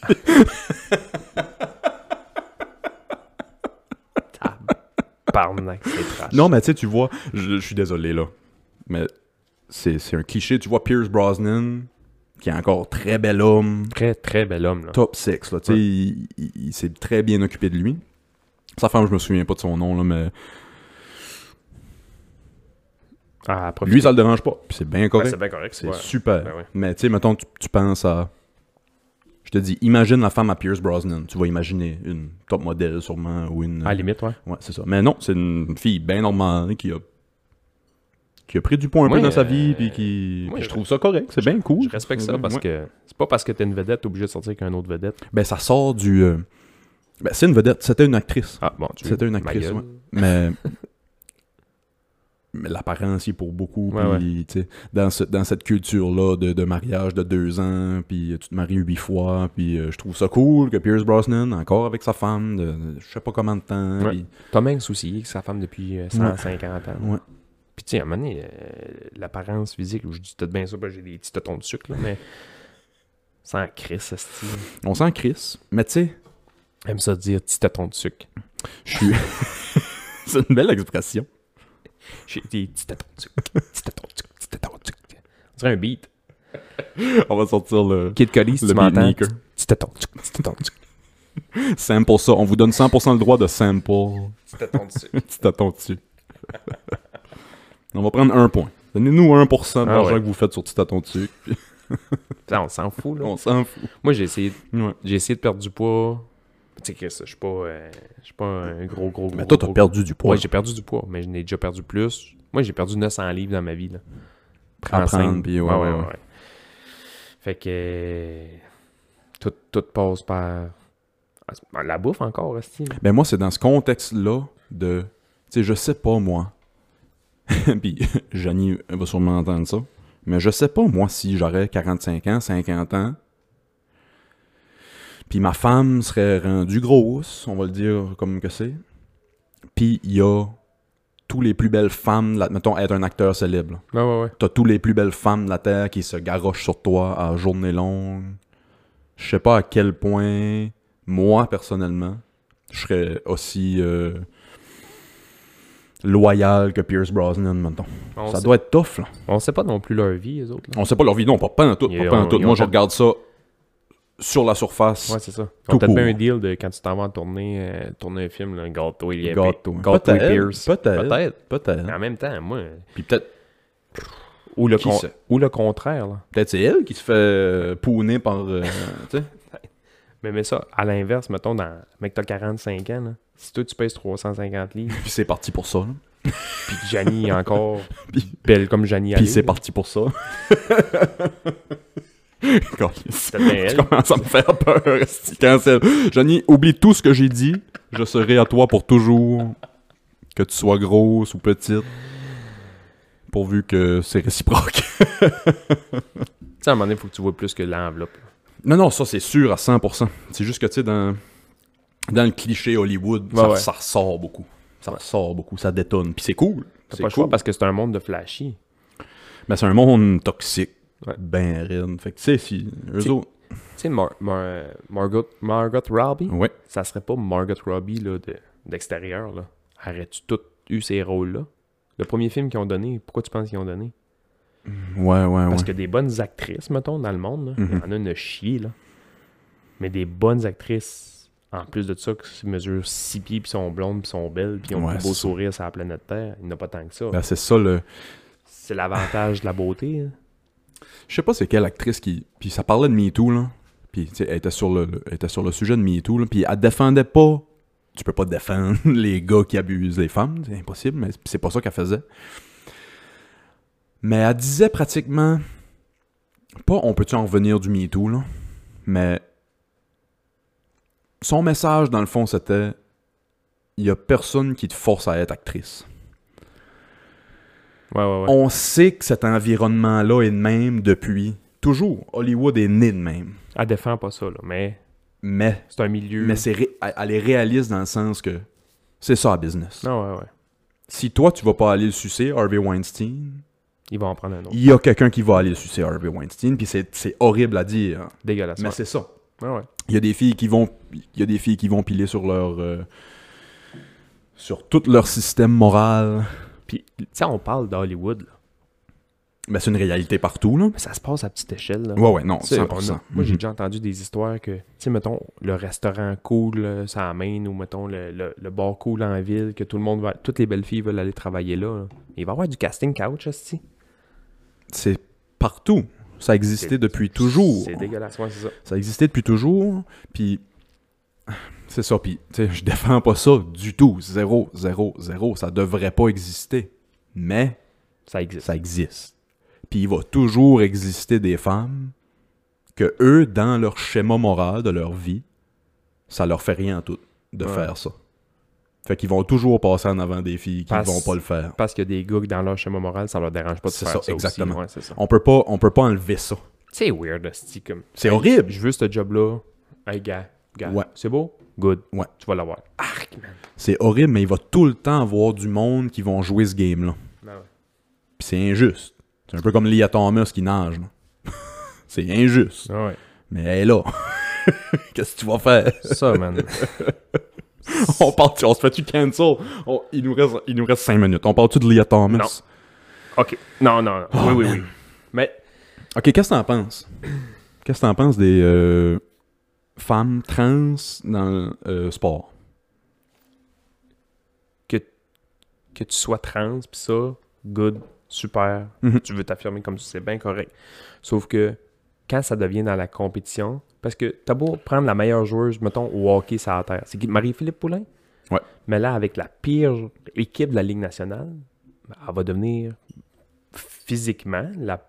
Parnac, c'est trash.
Non, mais tu sais, tu vois, je, je suis désolé là. Mais c'est c'est un cliché. Tu vois Pierce Brosnan, qui est encore très bel homme,
Très, très bel homme, là.
top 6. Là, tu sais,
Ouais.
il, il- il s'est très bien occupé de lui. Sa femme, je me souviens pas de son nom, là, mais
Ah, profite.
lui, ça le dérange pas. Puis c'est bien
Ouais,
correct.
c'est bien correct.
c'est
ouais.
super.
Ben ouais.
Mais tu sais, mettons, tu, tu penses à. Je te dis, imagine la femme à Pierce Brosnan. Tu vas imaginer une top modèle, sûrement, ou une.
À la limite, ouais.
Ouais, c'est ça. Mais non, c'est une fille bien normale qui a qui a pris du poids un
Ouais,
peu dans sa
euh,
vie puis qui
moi,
puis je
je-
trouve ça correct, c'est bien cool.
Je respecte ça
Ouais,
parce
ouais.
que c'est pas parce que t'es une vedette obligé de sortir avec un autre vedette.
ben ça sort du euh, ben c'est une vedette, c'était une actrice.
Ah, bon, tu
C'était une
ma
actrice,
gueule.
ouais. Mais mais l'apparence il est pour beaucoup
Ouais,
puis, tu sais, dans ce- dans cette culture là de, de mariage de deux ans puis euh, tu te maries huit fois puis euh, je trouve ça cool que Pierce Brosnan encore avec sa femme de, de- je sais pas combien de temps
Ouais.
puis-
Tom Hanks aussi, avec sa femme depuis euh, 150 ans.
Ouais.
Puis tu sais, à un moment donné, euh, l'apparence physique, je dis peut-être bien ça, parce que j'ai des petits totons de sucre, là, mais sans crise, esti.
on s'en crisse mais tu sais
Aime ça dire petit totons de sucre.
Je suis. c'est une belle expression.
J'ai des petits totons de sucre, petits totons de sucre, petits totons de sucre. On dirait un beat.
On va sortir le.
Kid Cody, si
Le
tu m'entends.
beatmaker.
Petit totons de sucre, petit totons de sucre,
Sample ça. On vous donne 100% le droit de sample.
petit totons de sucre.
Petit tâton dessus. On va prendre un point. Donnez-nous 1% de
Ah
l'argent
ouais.
que vous faites sur petit tâton dessus.
Putain, on s'en fout, là.
On s'en fout.
Moi, j'ai essayé,
Ouais.
j'ai essayé de perdre du poids. Tu sais, Chris, je suis pas, euh, je suis pas un gros, gros, gros.
Mais toi, t'as
gros-
perdu du poids.
Ouais, j'ai perdu du poids, mais je n'ai déjà perdu plus. Moi, j'ai perdu 900 livres dans ma vie. Là.
À prendre,
cinq.
puis ouais, ouais, ouais.
Fait que. euh, Tout, tout passe par. Ah, c'est- ah, La bouffe encore, Esti. là.
Ben moi, c'est dans ce contexte-là de. Tu sais, je sais pas moi. Puis, Janie va sûrement entendre ça. Mais je sais pas moi si j'aurais 45 ans, 50 ans. Puis ma femme serait rendue grosse, on va le dire comme que c'est. Puis il y a tous les plus belles femmes, là, mettons être un acteur célèbre. là.
Ouais, ouais, ouais.
T'as tous les plus belles femmes de la Terre qui se garochent sur toi à journée longue. Je sais pas à quel point, moi, personnellement, je serais aussi euh, loyal que Pierce Brosnan, maintenant.
On,
Ça
sait,
doit être tough, là.
on sait pas non plus leur vie, les autres. là.
On sait pas leur vie. Non, pas, pas en tout.
Ils
Pas, pas en
ont-
tout.
ils
Moi,
ont
je
fait-
regarde ça sur la surface.
Ouais, c'est ça. On
Tout
peut-être bien
court.
un deal de quand tu t'en vas en tourner, euh, tourner un film, là, gâteau, il y a
Gâteau.
gâteau et Pierce.
Peut-être. hein. Peut-être.
Peut-être. Mais
Peut-être.
en même temps, moi.
Puis peut-être
Ou le,
Qui
con-
sait?
ou le contraire, là.
peut-être c'est elle qui se fait euh, pouner par. euh, tu sais.
Mais, mais ça, à l'inverse, mettons, dans... mec, t'as 45 ans, là. si toi, tu pèses 350 livres,
Puis c'est parti pour ça. là.
puis que Janie est encore
Puis-
belle comme Janie
Puis
allait,
c'est
là,
parti pour ça. Câlisse.
peut-être bien
tu
elle.
commences à me faire peur, esti, cancel. Johnny, oublie tout ce que j'ai dit. Je serai à toi pour toujours. Que tu sois grosse ou petite. Pourvu que c'est réciproque.
Tu sais, à un moment donné, faut que tu vois plus que l'enveloppe. là.
Non, non, ça c'est sûr à 100%. C'est juste que, tu sais, dans, dans le cliché Hollywood,
Ouais,
ça,
ouais.
ça ressort beaucoup. Ça ressort beaucoup, ça détonne. Puis c'est cool.
T'as
C'est
pas le choix
cool.
parce que c'est un monde de flashy.
Mais c'est un monde toxique.
Ouais.
Ben raide. Fait que, tu sais, si eux
C'est-
autres.
Tu sais, Mar- Mar- Margot... Margot Robbie,
Ouais.
ça serait pas Margot Robbie là, de- d'extérieur. là. Aurais-tu toutes eu ces rôles-là? Le premier film qu'ils ont donné, pourquoi tu penses qu'ils ont donné?
Ouais, ouais, ouais. Mhm.
Parce que des bonnes actrices, mettons, dans le monde, là, il y en a une chier, là. Mais des bonnes actrices, en plus de ça, qui mesurent 6 pieds, puis sont blondes, puis sont belles, puis ont
Ouais,
un beau
c'est ça.
sourire sur la planète Terre, il n'y en a pas tant que ça.
Ben, c'est ça le.
C'est l'avantage de la beauté. hein.
Je sais pas c'est quelle actrice qui. Puis ça parlait de MeToo, là. Puis tu sais, elle était sur le, le- elle était sur le sujet de MeToo, là. Puis elle défendait pas. Tu peux pas défendre les gars qui abusent des femmes, c'est impossible, mais c'est pas ça qu'elle faisait. Mais elle disait pratiquement. Pas on peut-tu en revenir du MeToo, là. Mais. Son message, dans le fond, c'était. Il y a personne qui te force à être actrice.
Ouais, ouais, ouais.
On sait que cet environnement-là est de même depuis toujours. Hollywood est né de même.
Elle défend pas ça, là, mais
Mais,
c'est un milieu.
mais c'est ré- elle est réaliste dans le sens que c'est ça, la business.
Non, ouais, ouais.
Si toi, tu vas pas aller le sucer, Harvey Weinstein,
Ils vont en prendre un autre.
il y a quelqu'un qui va aller le sucer, Harvey Weinstein, puis c'est c'est horrible à dire. hein.
Dégueulasse.
Mais
ouais.
c'est ça.
Ouais, ouais.
Il y a des filles qui vont il y a des filles qui vont piler sur leur euh, sur tout leur système moral.
Puis, tu sais, on parle d'Hollywood, là.
Mais Ben, c'est une réalité partout là.
Mais ça se passe à petite échelle, là.
Ouais ouais, non,
Tu sais,
100%.
on a-
Mhm.
moi, j'ai déjà entendu des histoires que, tu sais, mettons, le restaurant cool, euh, ça amène, ou mettons, le, le, le bar cool en ville, que tout le monde va, toutes les belles filles veulent aller travailler là. là. Il va y avoir du casting couch, aussi.
c'est partout. Ça existait
C'est-
depuis toujours.
C'est dégueulasse, ouais, c'est ça.
Ça existait depuis toujours. Puis c'est ça. Puis tu sais, je défends pas ça du tout. Zéro, zéro, zéro. Ça devrait pas exister. Mais
Ça existe.
ça existe. Puis il va toujours exister des femmes que eux, dans leur schéma moral de leur vie, ça leur fait rien en tout de
Ouais.
faire ça. Fait qu'ils vont toujours passer en avant des filles qui
Parce-
vont pas le faire.
Parce qu'il y a des gars que dans leur schéma moral, ça leur dérange pas de
C'est
faire
ça,
ça.
exactement.
aussi. Ouais, c'est ça.
On peut pas, on peut pas enlever ça.
C'est weird, hostie, comme.
C'est horrible.
Je veux ce job-là. Hey, gars, gars.
Ouais.
C'est beau? Good.
Ouais.
Tu vas l'avoir. Arc, man.
C'est horrible, mais il va tout le temps avoir du monde qui vont jouer ce game-là.
Ben ouais.
Puis c'est injuste. C'est un peu comme Lia Thomas qui nage. là. c'est injuste.
Ah ouais.
Mais elle est là. Qu'est-ce que tu vas faire?
Ça, man.
on part, on se fait-tu cancel? On- il, nous reste, il nous reste 5 minutes. On parle-tu de Lia Thomas?
Non. OK. Non, non, non.
Oh,
oui, oui, oui. Mais
Ok, qu'est-ce que t'en penses? Qu'est-ce que t'en penses des euh, femmes trans dans le euh, sport?
que, que tu sois trans, pis ça, good, super,
Mhm.
tu veux t'affirmer comme ça, c'est bien correct. Sauf que quand ça devient dans la compétition, parce que t'as beau prendre la meilleure joueuse, mettons, au hockey sur la terre, c'est qui- Marie-Philippe Poulain?
Ouais.
Mais là, avec la pire équipe de la Ligue nationale, ben, elle va devenir physiquement la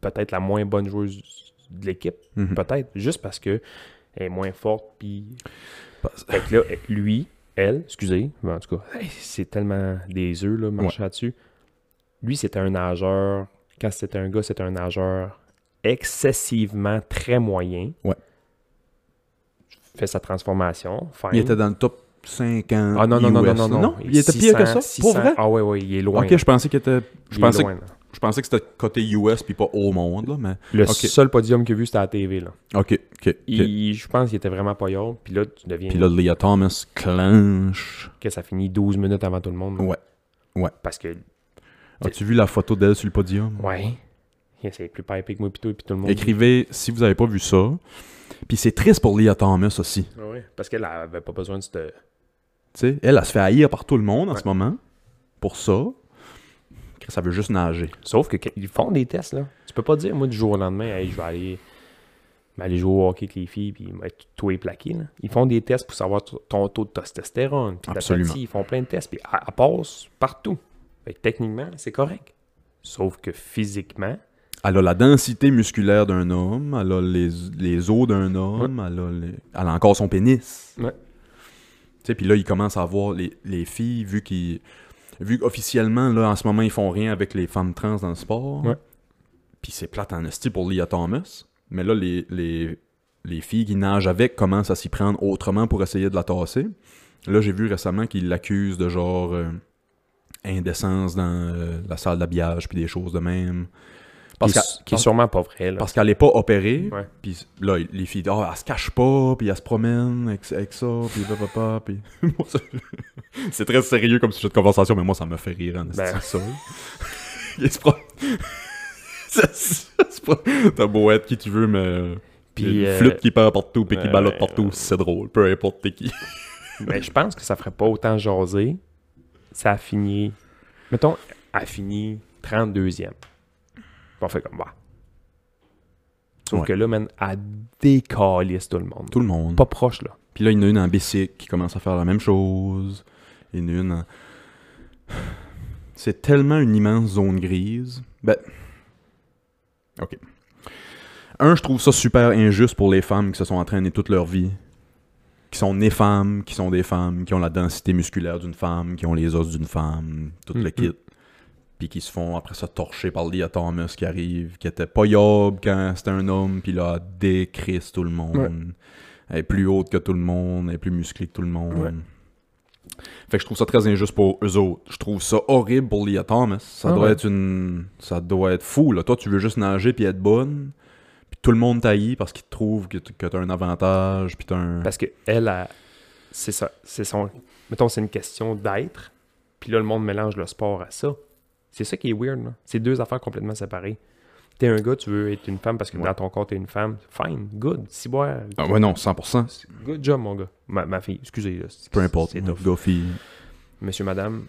peut-être la moins bonne joueuse de l'équipe,
Mhm.
peut-être, juste parce que elle est moins forte, puis
Parce-
fait que là, lui, elle, excusez, mais en tout cas, hey, c'est tellement des œufs, là, marcher là-dessus. Lui, c'était un nageur. Quand c'était un gars, c'était un nageur excessivement très moyen.
Ouais.
Fait sa transformation. fine.
Il était dans le top 50
Ah non, non, non,
US,
non, non,
là.
non.
il était pire que ça?
600,
Pour vrai?
Ah ouais, ouais, il est loin.
ok, je pensais qu'il était... Je
Il est
pensais,
loin, là.
je pensais que c'était côté US puis pas au monde, là, mais...
Le
ok.
seul podium qu'il a vu, c'était à la TV, là.
Ok, ok, ok.
Il- je pense qu'il était vraiment pas yard, puis là, tu deviens
Puis là, Leah Thomas clenche.
que ça finit 12 minutes avant tout le monde. là.
Ouais. Ouais.
Parce que,
As-tu vu la photo d'elle sur le podium?
ouais, c'est plus pipé que moi, puis tout, puis tout le monde.
Écrivez si vous avez pas vu ça. Puis c'est triste pour Leah Thomas aussi.
Ah ouais, parce qu'elle avait pas besoin de cette...
Tu sais, elle, elle se fait haïr par tout le monde en ce moment. Pour ça. Ça veut juste nager.
Sauf que qu- ils font des tests, là. Tu peux pas dire, moi, du jour au lendemain, Hey, je vais aller, je vais aller jouer au hockey avec les filles, puis moi, tout- tout est plaqué, là. Ils font des tests pour savoir t- ton taux de testostérone, puis
Absolument.
tatati, ils font plein de tests, puis elle, elle passe partout. Fait que techniquement, c'est correct. Sauf que physiquement,
Elle a la densité musculaire d'un homme, elle a les, les os d'un homme, elle, a les- elle a encore son pénis.
Ouais.
Tu sais, puis là, ils commencent à voir les, les filles, vu qu'ils. Vu qu'officiellement, là, en ce moment, ils font rien avec les femmes trans dans le sport.
Ouais.
Puis c'est plate en esti pour Leah Thomas. Mais là, les, les, les filles qui nagent avec commencent à s'y prendre autrement pour essayer de la tasser. Là, j'ai vu récemment qu'ils l'accusent de genre euh, indécence dans euh, la salle d'habillage, puis des choses de même. Parce
qui, est-
qu'à-
qui est sûrement pas vrai, là.
parce qu'elle n'est pas opérée.
Ouais.
Puis là, les filles, ah, elle se cache pas, puis elle se promène avec, avec ça, puis papa, puis. Moi, ça- c'est très sérieux comme sujet de conversation, mais moi, ça me fait rire en
Ben.
esti, ça. Il se pro- Ça- ça se pro- T'as beau être qui tu veux, mais.
Puis,
Puis.
euh,
Flûte qui perd partout, puis qui
ouais,
balade
ouais,
partout, c'est drôle, peu importe t'es qui.
Mais ben, je pense que ça ferait pas autant jaser. Ça a fini. Mettons, elle a fini 32e. Puis On fait comme, bah, Sauf
Ouais.
que là, man, elle décalisse tout le monde.
Tout le monde.
Pas proche, là.
Puis là, il y en a une en bicycle qui commence à faire la même chose. Il y en a une en... C'est tellement une immense zone grise. Ben... OK. Un, je trouve ça super injuste pour les femmes qui se sont entraînées toute leur vie. Qui sont nées femmes, qui sont des femmes, qui ont la densité musculaire d'une femme, qui ont les os d'une femme, tout le
Mhm.
kit. Puis qui se font après ça torcher par le Lia Thomas qui arrive, qui était pas yob quand c'était un homme, puis là, décrisse tout le monde.
Ouais.
Elle est plus haute que tout le monde, elle est plus musclée que tout le monde.
Ouais.
Fait que je trouve ça très injuste pour eux autres. Je trouve ça horrible pour Lia Thomas. Ça
Ah
doit
ouais.
être une. Ça doit être fou, là. Toi, tu veux juste nager puis être bonne. Puis tout le monde taillit parce qu'il trouve que t- que t'as un avantage. Puis t'as un.
Parce que elle, elle- c'est ça. C'est son. Mettons, c'est une question d'être. Puis là, le monde mélange le sport à ça. C'est ça qui est weird, là. C'est deux affaires complètement séparées. T'es un gars, tu veux être une femme parce que
Ouais.
dans ton corps, t'es une femme. Fine, good, si boire.
Ah ouais, non, 100%.
Good job, mon gars. Ma, ma fille, excusez. Là, c'est-
Peu importe.
C'est tough.
Gars, fille.
Monsieur, madame.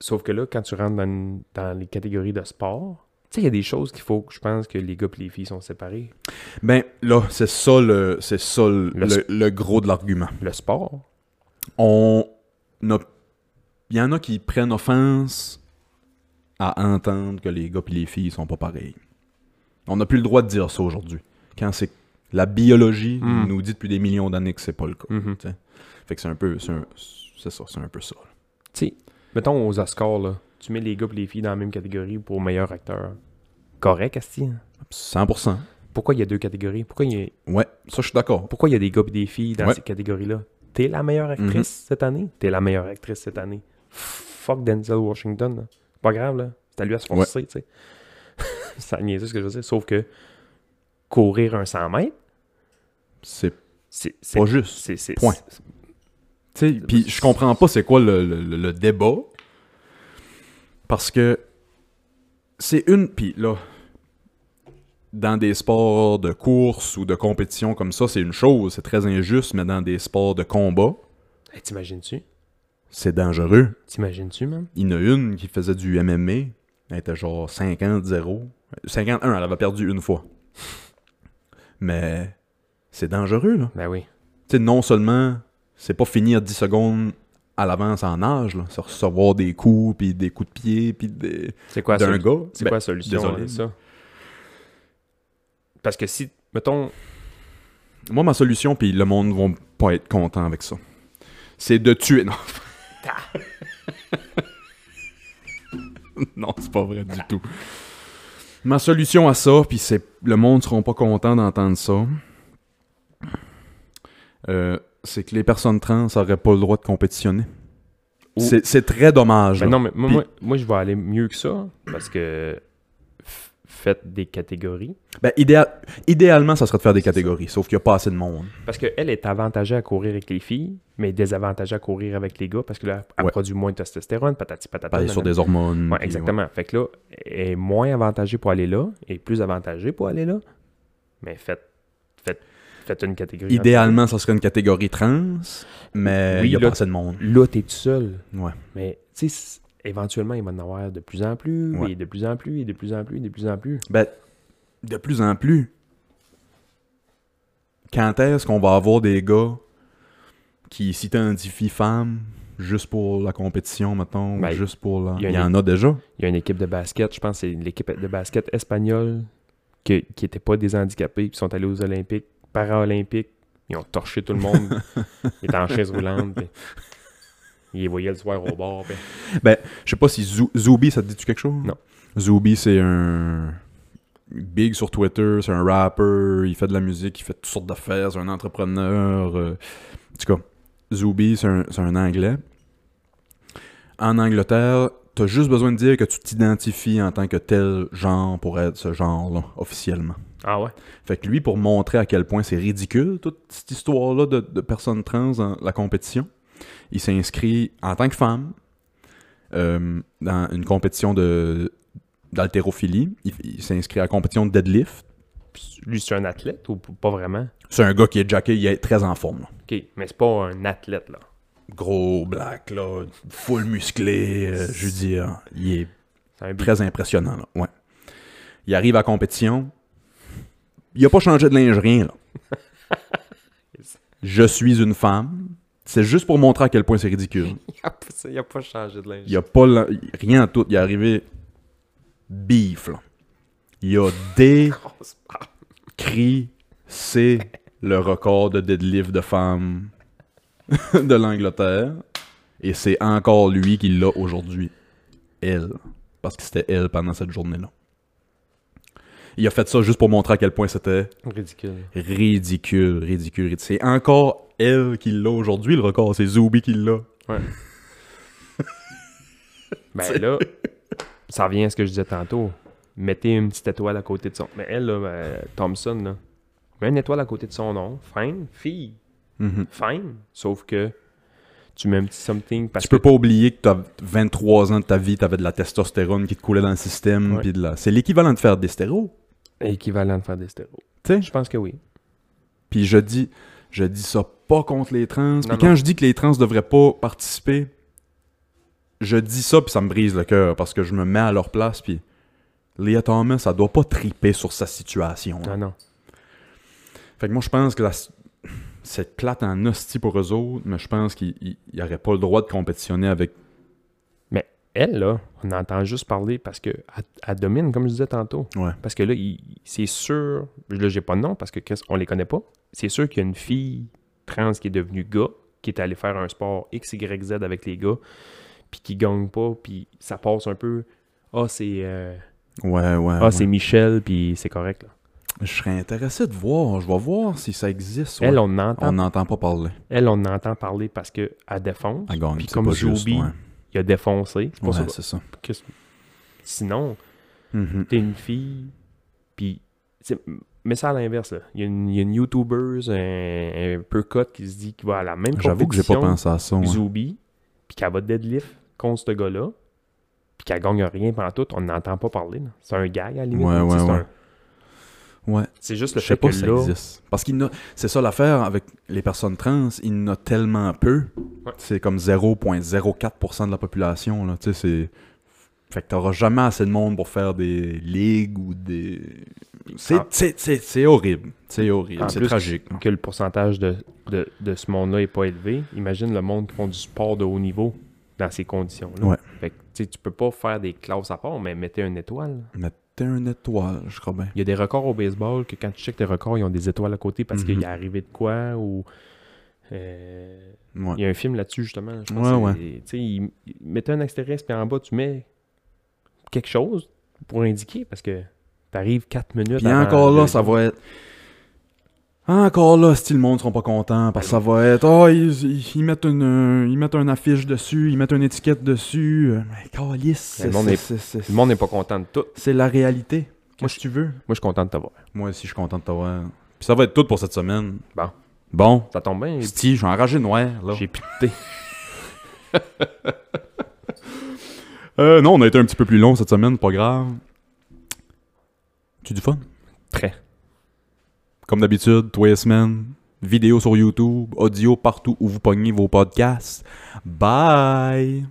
Sauf que là, quand tu rentres dans, une- dans les catégories de sport, tu sais, il y a des choses qu'il faut que je pense que les gars et les filles sont séparés.
Ben, là, c'est ça le. C'est ça le,
Le-
le- le gros de l'argument.
Le sport,
On. n'a- Il y en a qui prennent offense à entendre que les gars et les filles sont pas pareils. On n'a plus le droit de dire ça aujourd'hui. Quand c'est la biologie
Mm.
nous dit depuis des millions d'années que c'est pas le cas.
Mhm.
Fait que c'est un peu. C'est un- c'est ça, c'est un peu ça. là.
Tu sais, mettons aux Oscars, là, tu mets les gars et les filles dans la même catégorie pour meilleur acteur. Correct, Asti. hein?
100%.
Pourquoi il y a deux catégories? Pourquoi il y a,
Ouais, ça je suis d'accord.
pourquoi il y a des gars et des filles dans
Ouais.
ces catégories-là? T'es la meilleure actrice
Mhm.
cette année? T'es la meilleure actrice cette année. Fuck Denzel Washington. là. C'est pas grave, là. C'est à lui à se forcer, tu sais. Ça niaise ce que je veux dire. Sauf que courir un 100 mètres,
C'est
c'est... c'est-
pas juste.
c'est- c'est-
Point.
c'est-
Tu sais, Puis je comprends pas c'est quoi le, le- le- le débat. Parce que c'est une. Puis là, dans des sports de course ou de compétition comme ça, c'est une chose, c'est très injuste, mais dans des sports de combat,
Hey, T'imagines-tu?
c'est dangereux.
T'imagines-tu, man?
Il y en a une qui faisait du MMA. Elle était genre 50-0. 51, elle avait perdu une fois. Mais c'est dangereux, là.
Ben oui.
Tu sais, non seulement c'est pas fini à 10 secondes à l'avance en nage, là. C'est recevoir des coups, puis des coups de pied, puis des...
C'est quoi ça?
d'un gars.
C'est
Ben,
quoi la solution
désolé.
à ça? Parce que si, mettons,
ben, Moi, ma solution, puis le monde va pas être content avec ça, c'est de tuer... Non. non, c'est pas vrai du tout. Ma solution à ça, puis c'est... Le monde seront pas contents d'entendre ça, euh, c'est que les personnes trans auraient pas le droit de compétitionner.
Ou-
C'est c'est très dommage.
ben
là.
non, mais moi,
Puis-
moi, moi, je vais aller mieux que ça parce que f- faites des catégories.
Ben, idéal- idéalement, ça serait de faire des catégories, sauf qu'il n'y a pas assez de monde.
Parce qu'elle est avantagée à courir avec les filles, mais désavantagée à courir avec les gars parce que là, elle
Ouais.
produit moins de testostérone, patati patata.
Pareil sur
nanana.
des hormones.
Ouais,
puis,
exactement. Fait que là, elle est moins avantagée pour aller là et plus avantagée pour aller là. Mais faites, faites, faites une
ouais.
catégorie.
Idéalement, ça serait une catégorie trans, mais il
Oui,
n'y a
là-
pas assez de monde.
Là, t'es tout seul.
Ouais.
Mais, tu sais, c- éventuellement, il va en avoir de plus en plus,
Ouais.
et de plus en plus, et de plus en plus, et de plus en plus.
Ben, de plus en plus, quand est-ce qu'on va avoir des gars qui s'identifient femmes juste pour la compétition, mettons, ou
Ben,
juste pour la...
il y a
Il y,
une-
en a déjà.
Il y a une équipe de basket, je pense que c'est l'équipe de basket espagnole que- qui n'était pas des handicapés, qui sont allés aux Olympiques, Paralympiques. Ils ont torché tout le monde. Ils étaient en chaise roulante. puis Ils les voyaient le soir au bord. puis-
Je sais pas si Zou- Zoubi, ça te dit-tu quelque chose?
Non.
Zoubi, c'est un. Big sur Twitter, c'est un rapper, il fait de la musique, il fait toutes sortes d'affaires, c'est un entrepreneur. euh, En tout cas, Zoubi, c'est un, c'est un Anglais. En Angleterre, t'as juste besoin de dire que tu t'identifies en tant que tel genre pour être ce genre-là, officiellement.
Ah ouais?
Fait que lui, pour montrer à quel point c'est ridicule, toute cette histoire-là de, de personnes trans dans la compétition, il s'est inscrit en tant que femme euh, dans une compétition de d'haltérophilie. Il, il s'est inscrit à la compétition de deadlift.
Puis Lui, c'est un athlète ou p- pas vraiment?
C'est un gars qui est jacké, il est très en forme. là.
OK, mais c'est pas un athlète, là.
Gros, black, là, full musclé, euh, je veux dire, il est
C'est un big-
très impressionnant. là, Ouais. Il arrive à la compétition, Il a pas changé de linge, rien, là. Je suis une femme. C'est juste pour montrer à quel point c'est ridicule.
Il a, pas- il a pas changé de linge.
Il a pas la- rien en tout. Il est arrivé bif, là. Il a
Grosse barbe.
décrissé le record de deadlift de femmes de l'Angleterre. Et c'est encore lui qui l'a aujourd'hui. Elle. Parce que c'était elle pendant cette journée-là. Il a fait ça juste pour montrer à quel point c'était
Ridicule.
ridicule, ridicule, ridicule. C'est encore elle qui l'a aujourd'hui, le record. C'est Zubi qui l'a.
Ouais. ben là, ça revient à ce que je disais tantôt. Mettez une petite étoile à côté de son. Mais elle, là, ben, Thompson, là, met une étoile à côté de son nom. Fine, fille.
Mhm.
Fine. Sauf que tu mets un petit something parce
Tu peux
que.
pas oublier que t'as 23 ans de ta vie, t'avais de la testostérone qui te coulait dans le système.
Ouais.
puis de la... C'est l'équivalent de faire des stéros.
Équivalent de faire des stéros.
Tu sais,
Je pense que oui.
Puis je dis, je dis ça pas contre les trans. Puis
non.
quand je dis que les trans devraient pas participer, je dis ça puis ça me brise le cœur parce que je me mets à leur place. Puis Leah Thomas, ça doit pas triper sur sa situation. là.
Non, non.
Fait que moi je pense que la... c'est plate en hostie pour eux autres, mais je pense qu'ils n'auraient pas le droit de compétitionner avec.
Mais elle, là, on entend juste parler parce que elle- elle domine, comme je disais tantôt.
Ouais.
Parce que là, il- c'est sûr. Là, j'ai pas de nom parce que Chris, on les connaît pas. C'est sûr qu'il y a une fille trans qui est devenue gars, qui est allée faire un sport X, Y, Z avec les gars, puis qui gagne pas, puis ça passe un peu. Ah, c'est euh,
Ouais, ouais.
ah,
ouais.
c'est Michel, puis c'est correct. Là.
Je serais intéressé de voir. Je vais voir si ça existe. ouais.
Elle, on entend,
On n'entend pas parler.
elle, on entend parler parce que elle défonce.
Elle gagne,
Puis
c'est
comme
pas juste,
Joby,
ouais.
il a défoncé. C'est pour
Ouais,
ça-
c'est ça.
Chris, Sinon,
Mhm.
t'es une fille, puis... c'est- Mais ça à l'inverse, là. Il y a une, il y a une YouTuber, un, un peu cote, qui se dit qu'il va à la même
J'avoue que j'ai pas
compétition
pensé à ça. ouais.
Zubi, puis qu'elle va deadlift contre ce gars-là, puis qu'elle gagne rien pendant tout, on n'entend pas parler. là. C'est un gag, à la limite.
Ouais,
là, tu sais,
ouais,
c'est
ouais.
un-
Ouais.
C'est juste le
Je sais
fait
pas
que
si ça
là...
existe. Parce qu'il n'a- c'est ça l'affaire avec les personnes trans, il y en a tellement peu.
Ouais.
C'est comme 0.04% de la population. Là. Tu sais, c'est... Fait que t'auras jamais assez de monde pour faire des ligues ou des. C'est,
Ah.
c'est, c'est- c'est horrible. C'est horrible.
En
c'est
plus,
tragique. là.
que le pourcentage de, de, de ce monde-là est pas élevé, imagine le monde qui font du sport de haut niveau dans ces conditions-là.
Ouais.
Fait que, tu sais, tu peux pas faire des classes à part, mais mettez une étoile.
Mettez une étoile, je crois bien.
Il y a des records au baseball que quand tu checkes tes records, ils ont des étoiles à côté parce qu'il
Mhm.
est arrivé de quoi ou. euh,
Ouais.
il y a un film là-dessus justement. Je
Ouais,
pense que c'est- tu sais, il, il mettait un astérisque puis en bas tu mets quelque chose pour indiquer parce que t'arrives 4 minutes.
Puis
avant
encore là,
le-
ça va être. Encore là, si le monde seront pas contents, parce que ça va être. Ah, ils, ils- ils mettent une, euh, ils mettent une affiche dessus, ils mettent une étiquette dessus. Euh, Mais calice, c'est-
Le monde
c'est-
est-
c'est- c'est-
Le monde n'est pas content de tout.
c'est la réalité.
Moi,
Qu'est-ce que tu veux?
Moi je suis content de t'avoir.
Moi aussi, je suis content de t'avoir. Puis ça va être tout pour cette semaine.
Bon.
Bon.
Ça tombe bien.
Sti, je suis enragé noir, là.
J'ai pité.
Euh, non, on a été un petit peu plus long cette semaine, pas grave. Tu du fun?
Très.
Comme d'habitude, tous les semaines, vidéo sur YouTube, audio partout où vous pognez vos podcasts. Bye!